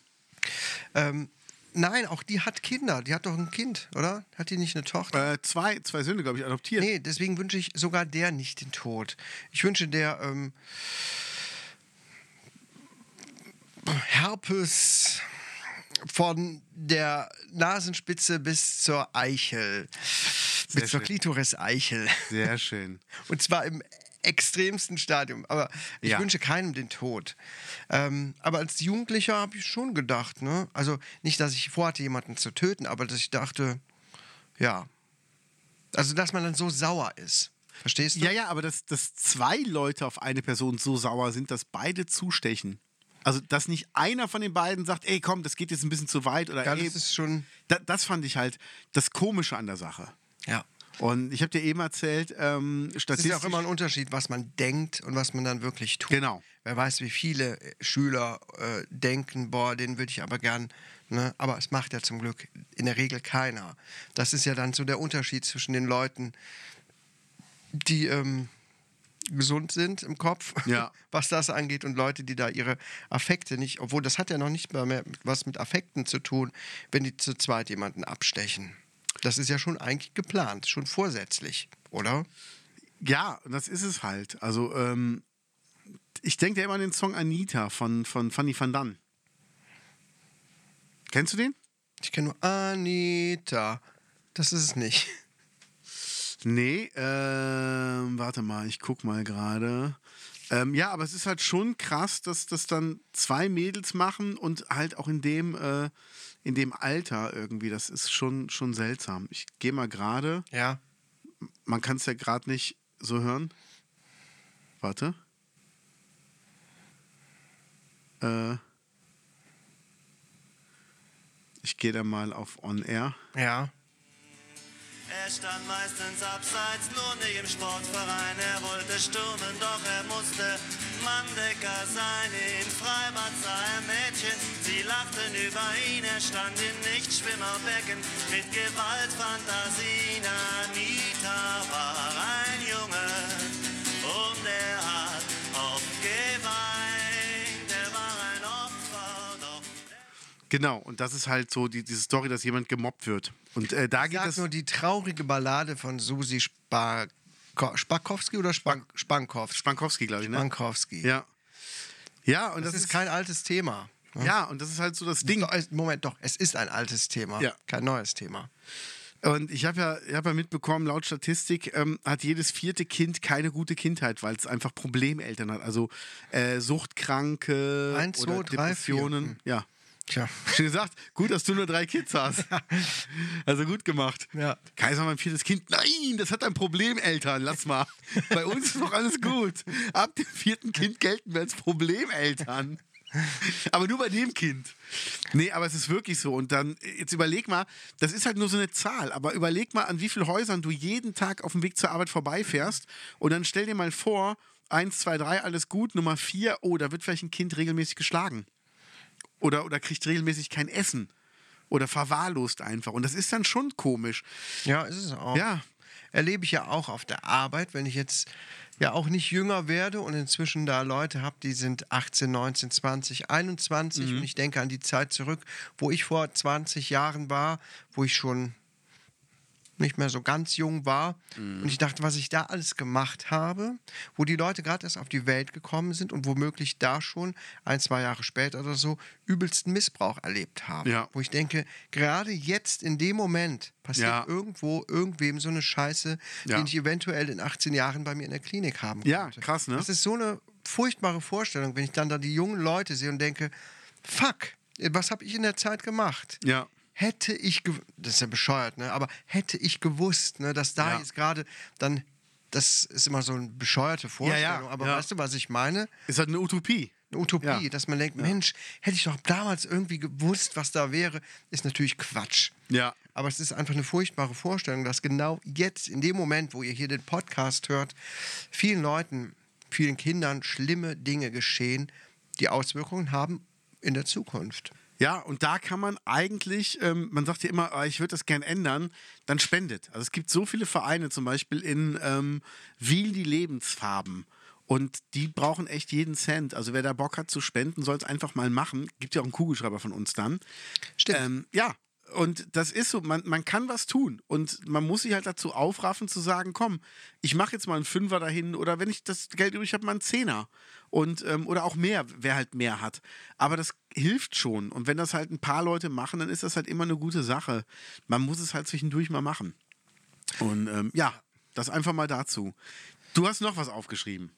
[SPEAKER 1] Ähm, nein, auch die hat Kinder. Die hat doch ein Kind, oder? Hat die nicht eine Tochter?
[SPEAKER 2] Äh, zwei, zwei Söhne, glaube ich, adoptiert.
[SPEAKER 1] Nee, deswegen wünsche ich sogar der nicht den Tod. Ich wünsche der ähm, Herpes von der Nasenspitze bis zur Eichel. bis zur
[SPEAKER 2] schön.
[SPEAKER 1] Klitoris-Eichel.
[SPEAKER 2] Sehr schön.
[SPEAKER 1] Und zwar im extremsten Stadium. Aber ich
[SPEAKER 2] Ja.
[SPEAKER 1] wünsche keinem den Tod. Ähm, aber als Jugendlicher habe ich schon gedacht, ne? Also nicht, dass ich vorhatte, jemanden zu töten, aber dass ich dachte, ja. Also, dass man dann so sauer ist. Verstehst du?
[SPEAKER 2] Ja, ja, aber dass, dass zwei Leute auf eine Person so sauer sind, dass beide zustechen. Also, dass nicht einer von den beiden sagt, ey, komm, das geht jetzt ein bisschen zu weit oder
[SPEAKER 1] Ja,
[SPEAKER 2] ey,
[SPEAKER 1] das ist schon.
[SPEAKER 2] da, das fand ich halt das Komische an der Sache.
[SPEAKER 1] Ja.
[SPEAKER 2] Und ich habe dir eben erzählt, ähm,
[SPEAKER 1] Es ist
[SPEAKER 2] statistisch.
[SPEAKER 1] ja auch immer ein Unterschied, was man denkt und was man dann wirklich tut.
[SPEAKER 2] Genau.
[SPEAKER 1] Wer weiß, wie viele Schüler äh, denken, boah, den würde ich aber gern. Ne? Aber es macht ja zum Glück in der Regel keiner. Das ist ja dann so der Unterschied zwischen den Leuten, die ähm, gesund sind im Kopf,
[SPEAKER 2] Ja.
[SPEAKER 1] was das angeht, und Leute, die da ihre Affekte nicht, obwohl das hat ja noch nicht mal mehr was mit Affekten zu tun, wenn die zu zweit jemanden abstechen. Das ist ja schon eigentlich geplant, schon vorsätzlich, oder?
[SPEAKER 2] ja, und das ist es halt. Also, ähm, ich denke ja immer an den Song Anita von, von Fanny van Dann. Kennst du den?
[SPEAKER 1] Ich kenne nur Anita. Das ist es nicht.
[SPEAKER 2] Nee, ähm, warte mal, ich guck mal gerade. Ähm, ja, aber es ist halt schon krass, dass das dann zwei Mädels machen und halt auch in dem, äh, in dem Alter irgendwie. Das ist schon, schon seltsam. Ich gehe mal gerade.
[SPEAKER 1] Ja.
[SPEAKER 2] Man kann es ja gerade nicht so hören. Warte. Äh, ich gehe da mal auf On Air.
[SPEAKER 1] Ja.
[SPEAKER 6] Er stand meistens abseits, nur nicht im Sportverein. Er wollte stürmen, doch er musste Manndecker sein. Im Freibad sah er Mädchen, sie lachten über ihn. Er stand im Nichtschwimmerbecken mit Gewaltfantasien. Anita war ein Junge und er hat oft geweint. Er war ein Opfer.
[SPEAKER 2] Genau, und das ist halt so die, diese Story, dass jemand gemobbt wird. Und äh, da geht
[SPEAKER 1] Sag
[SPEAKER 2] es.
[SPEAKER 1] nur die traurige Ballade von Susi Spar Ko- Spakowski oder Span Spankowski?
[SPEAKER 2] Spankowski, glaube ich, ne?
[SPEAKER 1] Spankowski.
[SPEAKER 2] Ja. Ja, und
[SPEAKER 1] Das,
[SPEAKER 2] das,
[SPEAKER 1] ist kein altes Thema.
[SPEAKER 2] Ja, und das ist halt so das Ding.
[SPEAKER 1] Doch, es- Moment, doch, es ist ein altes Thema,
[SPEAKER 2] Ja.
[SPEAKER 1] kein neues Thema.
[SPEAKER 2] Und ich habe ja, ich hab ja mitbekommen, laut Statistik ähm, hat jedes vierte Kind keine gute Kindheit, weil es einfach Problemeltern hat. Also äh, Suchtkranke
[SPEAKER 1] Eins, zwei,
[SPEAKER 2] oder
[SPEAKER 1] drei, vier. Hm.
[SPEAKER 2] Depressionen. Ja.
[SPEAKER 1] Tja.
[SPEAKER 2] Schon gesagt, gut, dass du nur drei Kids hast. Also gut gemacht.
[SPEAKER 1] Ja.
[SPEAKER 2] Kaiser, mein viertes Kind. Nein, das hat ein Problem, Eltern. Lass mal. Bei uns ist noch alles gut. Ab dem vierten Kind gelten wir als Problemeltern. Aber nur bei dem Kind. Nee, aber es ist wirklich so. Und dann, jetzt überleg mal, das ist halt nur so eine Zahl, aber überleg mal, an wie vielen Häusern du jeden Tag auf dem Weg zur Arbeit vorbeifährst. Und dann stell dir mal vor, eins, zwei, drei, alles gut. Nummer vier, oh, da wird vielleicht ein Kind regelmäßig geschlagen oder, oder kriegt regelmäßig kein Essen oder verwahrlost einfach. Und das ist dann schon komisch.
[SPEAKER 1] Ja, ist es auch.
[SPEAKER 2] Ja.
[SPEAKER 1] Erlebe ich ja auch auf der Arbeit, wenn ich jetzt ja auch nicht jünger werde und inzwischen da Leute habe, die sind 18, 19, 20, 21
[SPEAKER 2] Mhm.
[SPEAKER 1] und ich denke an die Zeit zurück, wo ich vor 20 Jahren war, wo ich schon nicht mehr so ganz jung war
[SPEAKER 2] Mhm.
[SPEAKER 1] und ich dachte, was ich da alles gemacht habe, wo die Leute gerade erst auf die Welt gekommen sind und womöglich da schon ein, zwei Jahre später oder so übelsten Missbrauch erlebt haben.
[SPEAKER 2] Ja.
[SPEAKER 1] Wo ich denke, gerade jetzt in dem Moment passiert
[SPEAKER 2] Ja.
[SPEAKER 1] irgendwo irgendwem so eine Scheiße,
[SPEAKER 2] Ja.
[SPEAKER 1] den ich eventuell in 18 Jahren bei mir in der Klinik haben
[SPEAKER 2] Ja,
[SPEAKER 1] könnte.
[SPEAKER 2] krass, ne?
[SPEAKER 1] Das ist so eine furchtbare Vorstellung, wenn ich dann da die jungen Leute sehe und denke, fuck, was habe ich in der Zeit gemacht?
[SPEAKER 2] Ja.
[SPEAKER 1] Hätte ich, gew- das ist ja bescheuert, ne? aber hätte ich gewusst, ne, dass da
[SPEAKER 2] Ja.
[SPEAKER 1] jetzt gerade dann, das ist immer so eine bescheuerte Vorstellung, aber
[SPEAKER 2] ja.
[SPEAKER 1] weißt du, was ich meine?
[SPEAKER 2] Ist halt eine Utopie.
[SPEAKER 1] Eine Utopie,
[SPEAKER 2] Ja.
[SPEAKER 1] dass man denkt, Mensch, hätte ich doch damals irgendwie gewusst, was da wäre, ist natürlich Quatsch.
[SPEAKER 2] Ja.
[SPEAKER 1] Aber es ist einfach eine furchtbare Vorstellung, dass genau jetzt, in dem Moment, wo ihr hier den Podcast hört, vielen Leuten, vielen Kindern schlimme Dinge geschehen, die Auswirkungen haben in der Zukunft.
[SPEAKER 2] Ja, und da kann man eigentlich, ähm, man sagt ja immer, ah, ich würde das gern ändern, dann spendet. Also es gibt so viele Vereine, zum Beispiel in ähm, Wiel die Lebensfarben. Und die brauchen echt jeden Cent. Also wer da Bock hat zu spenden, soll es einfach mal machen. Gibt ja auch einen Kugelschreiber von uns dann.
[SPEAKER 1] Stimmt.
[SPEAKER 2] Ähm, ja, und das ist so, man, man kann was tun. Und man muss sich halt dazu aufraffen, zu sagen, komm, ich mache jetzt mal einen Fünfer dahin oder wenn ich das Geld übrig habe, mal einen Zehner. Und, ähm, oder auch mehr, wer halt mehr hat. Aber das hilft schon. Und wenn das halt ein paar Leute machen, dann ist das halt immer eine gute Sache. Man muss es halt zwischendurch mal machen. Und ähm, ja, das einfach mal dazu. Du hast noch was aufgeschrieben.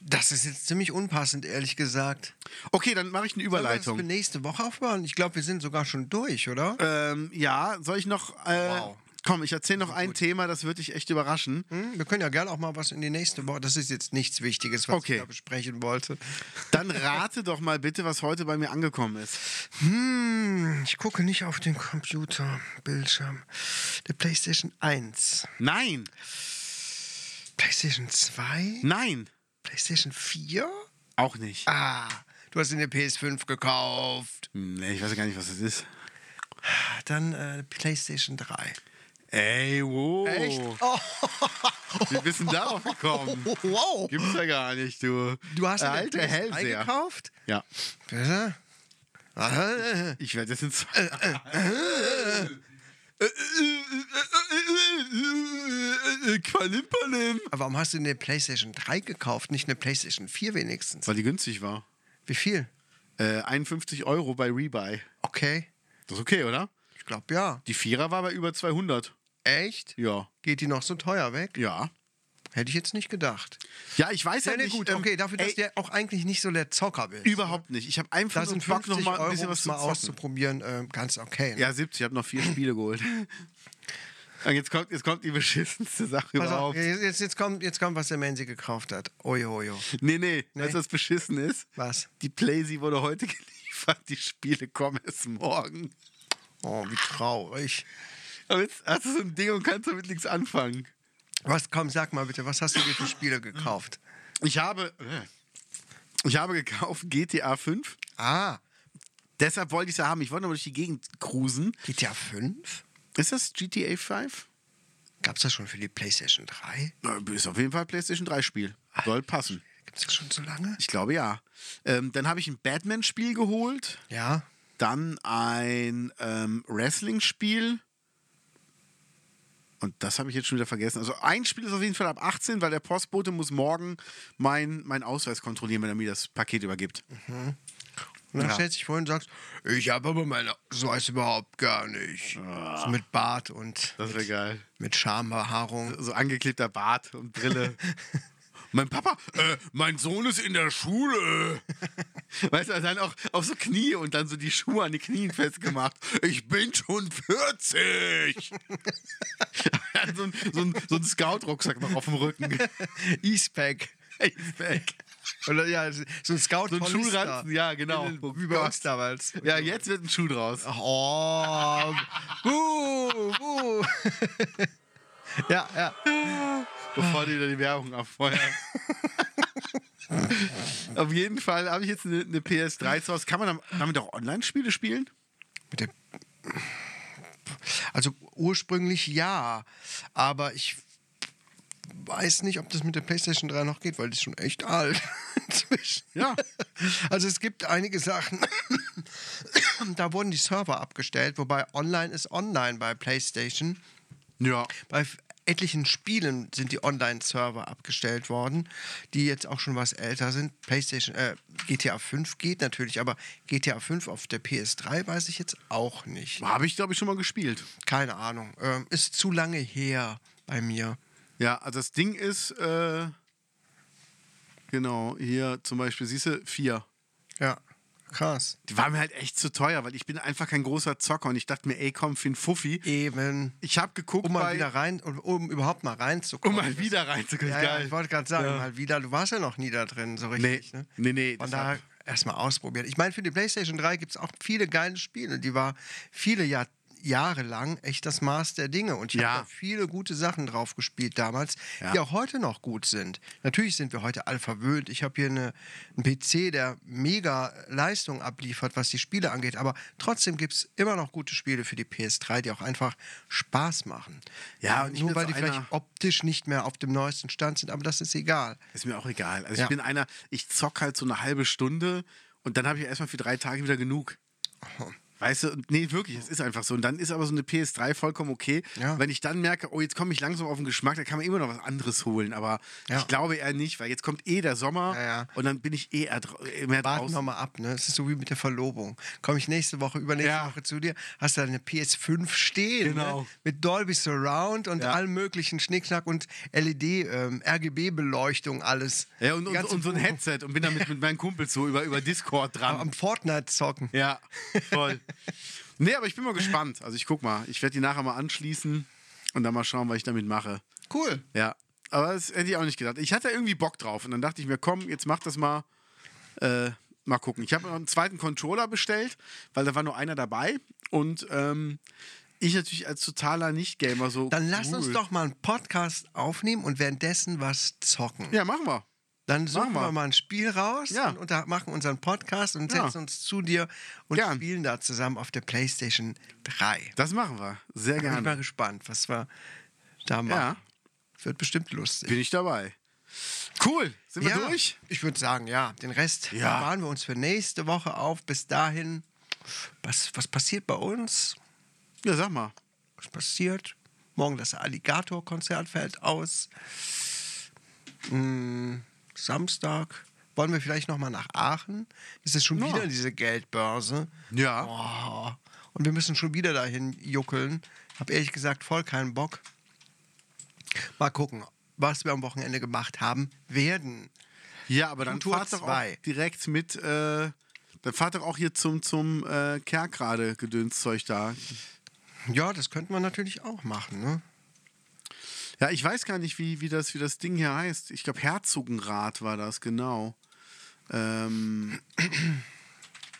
[SPEAKER 1] Das ist jetzt ziemlich unpassend, ehrlich gesagt.
[SPEAKER 2] Okay, dann mache ich eine
[SPEAKER 1] Sollen wir das
[SPEAKER 2] Überleitung.
[SPEAKER 1] für nächste Woche aufbauen? Ich glaube, wir sind sogar schon durch, oder?
[SPEAKER 2] Ähm, ja, soll ich noch. Äh,
[SPEAKER 1] Wow.
[SPEAKER 2] Komm, ich erzähle noch ein Thema, das wird dich echt überraschen.
[SPEAKER 1] Hm? Wir können ja gerne auch mal was in die nächste Woche. Das ist jetzt nichts Wichtiges, was
[SPEAKER 2] Okay.
[SPEAKER 1] ich da besprechen wollte.
[SPEAKER 2] Dann rate doch mal bitte, was heute bei mir angekommen ist.
[SPEAKER 1] Hm, ich gucke nicht auf den Computerbildschirm. Der PlayStation 1,
[SPEAKER 2] Nein,
[SPEAKER 1] PlayStation 2,
[SPEAKER 2] nein,
[SPEAKER 1] PlayStation 4?
[SPEAKER 2] auch nicht.
[SPEAKER 1] Ah, du hast eine PS5 gekauft.
[SPEAKER 2] Nee, ich weiß gar nicht, was das ist.
[SPEAKER 1] Dann äh, PlayStation 3.
[SPEAKER 2] Ey, wow.
[SPEAKER 1] Echt? Oh,
[SPEAKER 2] Wir wissen darauf gekommen.
[SPEAKER 1] wow.
[SPEAKER 2] Gibt's ja gar nicht, du.
[SPEAKER 1] Du hast eine
[SPEAKER 2] alte
[SPEAKER 1] PS3
[SPEAKER 2] Hellseher.
[SPEAKER 1] gekauft?
[SPEAKER 2] Ja,
[SPEAKER 1] Bitte? Ah,
[SPEAKER 2] ich werde jetzt in zwei. Qualimperlim.
[SPEAKER 1] Aber warum hast du denn eine PlayStation 3 gekauft, nicht eine PlayStation 4 wenigstens?
[SPEAKER 2] Weil die günstig war.
[SPEAKER 1] Wie viel?
[SPEAKER 2] Äh, 51 Euro bei Rebuy.
[SPEAKER 1] Okay,
[SPEAKER 2] Das ist okay, oder?
[SPEAKER 1] ich glaube ja.
[SPEAKER 2] Die Vierer war bei über 200.
[SPEAKER 1] Echt?
[SPEAKER 2] Ja.
[SPEAKER 1] Geht die noch so teuer weg?
[SPEAKER 2] Ja.
[SPEAKER 1] Hätte ich jetzt nicht gedacht.
[SPEAKER 2] Ja, ich weiß ja
[SPEAKER 1] Sehr
[SPEAKER 2] nicht.
[SPEAKER 1] gut,
[SPEAKER 2] ähm,
[SPEAKER 1] okay, dafür, dass
[SPEAKER 2] ey,
[SPEAKER 1] du ja auch eigentlich nicht so der Zocker bist.
[SPEAKER 2] Überhaupt nicht. Ich habe einfach
[SPEAKER 1] da sind
[SPEAKER 2] nur Bock,
[SPEAKER 1] 50
[SPEAKER 2] noch mal ein
[SPEAKER 1] Euro,
[SPEAKER 2] bisschen was
[SPEAKER 1] um's
[SPEAKER 2] zu
[SPEAKER 1] mal
[SPEAKER 2] zocken.
[SPEAKER 1] auszuprobieren, äh, ganz okay. Ne?
[SPEAKER 2] Ja, 70. Ich habe noch vier Spiele geholt. Und jetzt kommt, jetzt kommt die beschissenste Sache
[SPEAKER 1] Pass auf,
[SPEAKER 2] überhaupt.
[SPEAKER 1] jetzt, jetzt- jetzt, kommt, jetzt kommt, was der Menzi gekauft hat. Ojojo.
[SPEAKER 2] Nee, nee, Weißt du, was beschissen ist?
[SPEAKER 1] Was?
[SPEAKER 2] Die Playsee wurde heute geliefert. Die Spiele kommen erst morgen.
[SPEAKER 1] Oh, wie traurig.
[SPEAKER 2] Aber jetzt hast du so ein Ding und kannst damit nichts anfangen.
[SPEAKER 1] Was, komm, sag mal bitte, was hast du dir für Spiele gekauft?
[SPEAKER 2] Ich habe, äh, ich habe gekauft GTA 5.
[SPEAKER 1] Ah,
[SPEAKER 2] Deshalb wollte ich sie haben. Ich wollte aber durch die Gegend cruisen.
[SPEAKER 1] GTA 5?
[SPEAKER 2] Ist das GTA 5?
[SPEAKER 1] Gab's das schon für die PlayStation 3?
[SPEAKER 2] Na, Ist auf jeden Fall ein PlayStation 3-Spiel. Soll passen.
[SPEAKER 1] Gibt's das schon so lange?
[SPEAKER 2] Ich glaube ja. Ähm, dann habe ich ein Batman-Spiel geholt.
[SPEAKER 1] Ja.
[SPEAKER 2] Dann ein ähm, Wrestling-Spiel. Und das habe ich jetzt schon wieder vergessen. Also ein Spiel ist auf jeden Fall ab 18, weil der Postbote muss morgen meinen mein Ausweis kontrollieren, wenn er mir das Paket übergibt.
[SPEAKER 1] Und dann
[SPEAKER 2] Ja.
[SPEAKER 1] stellst du dich vor und sagst, ich habe aber meine Säuß überhaupt gar nicht. So mit Bart und
[SPEAKER 2] Das wäre geil.
[SPEAKER 1] mit Schambehaarung.
[SPEAKER 2] So angeklebter Bart und Brille. mein Papa, äh, mein Sohn ist in der Schule. weißt du, dann auch auf so Knie und dann so die Schuhe an die Knien festgemacht. Ich bin schon 40. dann so ein, so ein, so ein Scout-Rucksack noch auf dem Rücken.
[SPEAKER 1] Eastpack.
[SPEAKER 2] Ey, weg.
[SPEAKER 1] Oder ja, so ein Scout
[SPEAKER 2] So ein
[SPEAKER 1] Hollister.
[SPEAKER 2] Schulranzen, ja, genau.
[SPEAKER 1] In-
[SPEAKER 2] Oh
[SPEAKER 1] Wie bei
[SPEAKER 2] Gott.
[SPEAKER 1] uns damals.
[SPEAKER 2] Ja, jetzt wird ein Schuh draus.
[SPEAKER 1] Oh, buh, buh. ja, ja.
[SPEAKER 2] bevor die da die Werbung abfeuern. Auf jeden Fall habe ich jetzt eine, eine PS3 zu Hause. Kann man dam- damit auch Online-Spiele spielen?
[SPEAKER 1] Mit der also ursprünglich ja, aber ich weiß nicht, ob das mit der PlayStation 3 noch geht, weil die ist schon echt alt inzwischen.
[SPEAKER 2] Ja.
[SPEAKER 1] Also es gibt einige Sachen, da wurden die Server abgestellt, wobei online ist online bei PlayStation.
[SPEAKER 2] Ja.
[SPEAKER 1] Bei f- etlichen Spielen sind die Online-Server abgestellt worden, die jetzt auch schon was älter sind. PlayStation, äh, GTA 5 geht natürlich, aber GTA 5 auf der PS3 weiß ich jetzt auch nicht.
[SPEAKER 2] Habe ich, glaube ich, schon mal gespielt.
[SPEAKER 1] Keine Ahnung. Ähm, ist zu lange her bei mir.
[SPEAKER 2] Ja, also das Ding ist, äh, genau, hier zum Beispiel, siehst du, 4.
[SPEAKER 1] Ja, krass.
[SPEAKER 2] Die war mir halt echt zu teuer, weil ich bin einfach kein großer Zocker und ich dachte mir, ey, komm, für einen Fuffi.
[SPEAKER 1] Eben.
[SPEAKER 2] Ich habe geguckt,
[SPEAKER 1] Um mal
[SPEAKER 2] bei-
[SPEAKER 1] wieder rein, um, um überhaupt mal
[SPEAKER 2] um
[SPEAKER 1] reinzukommen.
[SPEAKER 2] mal wieder reinzukommen.
[SPEAKER 1] Ja, ja,
[SPEAKER 2] Geil.
[SPEAKER 1] ich wollte gerade sagen, mal wieder. Du warst ja noch nie da drin, so richtig.
[SPEAKER 2] Nee,
[SPEAKER 1] ne?
[SPEAKER 2] nee, nee,
[SPEAKER 1] Von daher
[SPEAKER 2] deshalb.
[SPEAKER 1] erstmal ausprobieren. Ich meine, für die PlayStation 3 gibt es auch viele geile Spiele. Die war viele Jahr, Jahre lang echt das Maß der Dinge. Und ich
[SPEAKER 2] Ja.
[SPEAKER 1] habe viele gute Sachen drauf gespielt damals, die
[SPEAKER 2] Ja.
[SPEAKER 1] auch heute noch gut sind. Natürlich sind wir heute alle verwöhnt. Ich habe hier eine, einen PC, der mega Leistung abliefert, was die Spiele angeht. Aber trotzdem gibt es immer noch gute Spiele für die PS3, die auch einfach Spaß machen.
[SPEAKER 2] Ja, und ich
[SPEAKER 1] nur
[SPEAKER 2] bin
[SPEAKER 1] weil
[SPEAKER 2] so
[SPEAKER 1] die vielleicht
[SPEAKER 2] einer-
[SPEAKER 1] optisch nicht mehr auf dem neuesten Stand sind, aber das ist egal.
[SPEAKER 2] Ist mir auch egal. Also
[SPEAKER 1] Ja.
[SPEAKER 2] ich bin einer, ich zock halt so eine halbe Stunde und dann habe ich erstmal für drei Tage wieder genug. Weißt du, und nee, wirklich, es ist einfach so. Und dann ist aber so eine PS3 vollkommen okay.
[SPEAKER 1] Ja.
[SPEAKER 2] Wenn ich dann merke, oh, jetzt komme ich langsam auf den Geschmack, dann kann man immer noch was anderes holen. Aber
[SPEAKER 1] Ja.
[SPEAKER 2] ich glaube eher nicht, weil jetzt kommt eh der Sommer
[SPEAKER 1] Ja, ja.
[SPEAKER 2] und dann bin ich eh eher drau- eh mehr
[SPEAKER 1] Warten wir
[SPEAKER 2] draußen.
[SPEAKER 1] mal ab, ne? Es ist so wie mit der Verlobung. Komme ich nächste Woche, übernächste
[SPEAKER 2] Ja.
[SPEAKER 1] Woche zu dir, hast du eine PS5 stehen. Ne?
[SPEAKER 2] Genau.
[SPEAKER 1] Mit Dolby Surround und
[SPEAKER 2] Ja.
[SPEAKER 1] allem möglichen Schnickschnack und E ähm, LED-RGB-Beleuchtung, alles.
[SPEAKER 2] Ja, und,
[SPEAKER 1] Die
[SPEAKER 2] und,
[SPEAKER 1] ganze
[SPEAKER 2] und so ein
[SPEAKER 1] Wohnung
[SPEAKER 2] Headset und bin dann mit, mit meinen Kumpels so über, über Discord dran.
[SPEAKER 1] Am Fortnite zocken.
[SPEAKER 2] Ja, voll. nee, aber ich bin mal gespannt. Also ich guck mal. Ich werde die nachher mal anschließen und dann mal schauen, was ich damit mache.
[SPEAKER 1] Cool.
[SPEAKER 2] Ja. Aber das hätte ich auch nicht gedacht. Ich hatte irgendwie Bock drauf und dann dachte ich mir, komm, jetzt mach das mal. Äh, mal gucken. Ich habe noch einen zweiten Controller bestellt, weil da war nur einer dabei. Und ähm, ich natürlich als totaler Nicht-Gamer so.
[SPEAKER 1] Dann lass uns
[SPEAKER 2] cool.
[SPEAKER 1] doch mal einen Podcast aufnehmen und währenddessen was zocken.
[SPEAKER 2] Ja, machen wir.
[SPEAKER 1] Dann suchen
[SPEAKER 2] Machen wir.
[SPEAKER 1] wir mal ein Spiel raus
[SPEAKER 2] Ja.
[SPEAKER 1] und unter machen unseren Podcast und
[SPEAKER 2] Ja.
[SPEAKER 1] setzen uns zu dir und
[SPEAKER 2] Gern.
[SPEAKER 1] spielen da zusammen auf der PlayStation 3.
[SPEAKER 2] Das machen wir. Sehr
[SPEAKER 1] Bin ich mal
[SPEAKER 2] gerne.
[SPEAKER 1] gespannt, was wir da machen.
[SPEAKER 2] Ja.
[SPEAKER 1] Wird bestimmt lustig.
[SPEAKER 2] Bin ich dabei. Cool. Sind wir
[SPEAKER 1] ja,
[SPEAKER 2] durch?
[SPEAKER 1] Ich würde sagen, ja. Den Rest
[SPEAKER 2] Ja.
[SPEAKER 1] sparen wir uns für nächste Woche auf. Bis dahin, was, was passiert bei uns?
[SPEAKER 2] Ja, sag mal.
[SPEAKER 1] Was passiert? Morgen das Alligator-Konzert fällt aus. Hm, Samstag. Wollen wir vielleicht nochmal nach Aachen? Ist es schon
[SPEAKER 2] Ja.
[SPEAKER 1] wieder diese Geldbörse?
[SPEAKER 2] Ja.
[SPEAKER 1] Oh. Und wir müssen schon wieder dahin juckeln. Hab ehrlich gesagt voll keinen Bock. Mal gucken, was wir am Wochenende gemacht haben werden.
[SPEAKER 2] Ja, aber dann
[SPEAKER 1] Tour
[SPEAKER 2] fahrt doch auch
[SPEAKER 1] zwei.
[SPEAKER 2] direkt mit. Äh, dann fahrt doch auch hier zum, zum äh, Kerkrade Gedönszeug da.
[SPEAKER 1] Ja, das könnten wir natürlich auch machen, ne?
[SPEAKER 2] Ja, ich weiß gar nicht, wie, wie, das, wie das Ding hier heißt. Ich glaube, Herzogenrad war das, genau. Ähm,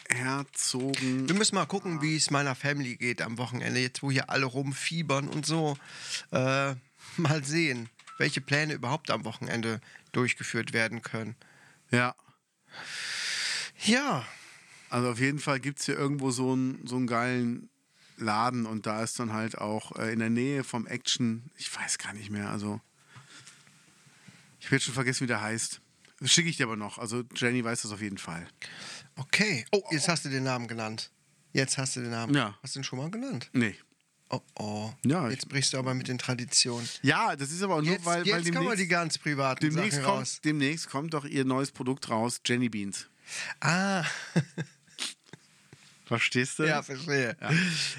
[SPEAKER 2] Herzogen.
[SPEAKER 1] Wir müssen mal gucken, wie es meiner Family geht am Wochenende, jetzt wo hier alle rumfiebern und so. Äh, mal sehen, welche Pläne überhaupt am Wochenende durchgeführt werden können.
[SPEAKER 2] Ja.
[SPEAKER 1] Ja,
[SPEAKER 2] Also auf jeden Fall gibt es hier irgendwo so einen so einen geilen Laden und da ist dann halt auch äh, in der Nähe vom Action, ich weiß gar nicht mehr, also ich habe jetzt schon vergessen, wie der heißt. Schicke ich dir aber noch. Also Jenny weiß das auf jeden Fall.
[SPEAKER 1] okay. Oh, jetzt hast du den Namen genannt. Jetzt hast du den Namen.
[SPEAKER 2] Ja.
[SPEAKER 1] Hast du ihn schon mal genannt?
[SPEAKER 2] Nee.
[SPEAKER 1] Oh oh.
[SPEAKER 2] Ja, ich-
[SPEAKER 1] jetzt brichst du aber mit den Traditionen.
[SPEAKER 2] Ja, das ist aber nur,
[SPEAKER 1] Jetzt,
[SPEAKER 2] weil, weil
[SPEAKER 1] jetzt kommen wir die
[SPEAKER 2] demnächst,
[SPEAKER 1] ganz privaten
[SPEAKER 2] demnächst,
[SPEAKER 1] Sachen raus.
[SPEAKER 2] kommt, demnächst kommt doch ihr neues Produkt raus, Jenny Beans.
[SPEAKER 1] Ah,
[SPEAKER 2] Verstehst du?
[SPEAKER 1] ja, verstehe.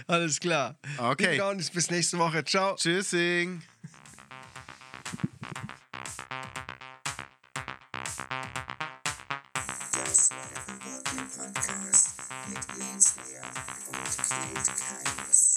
[SPEAKER 1] Alles klar.
[SPEAKER 2] Okay.
[SPEAKER 1] Liebe Gaunis, bis nächste Woche. Ciao.
[SPEAKER 2] Tschüssing.
[SPEAKER 7] Das war der Podcast mit Linksleer und Knut Keines.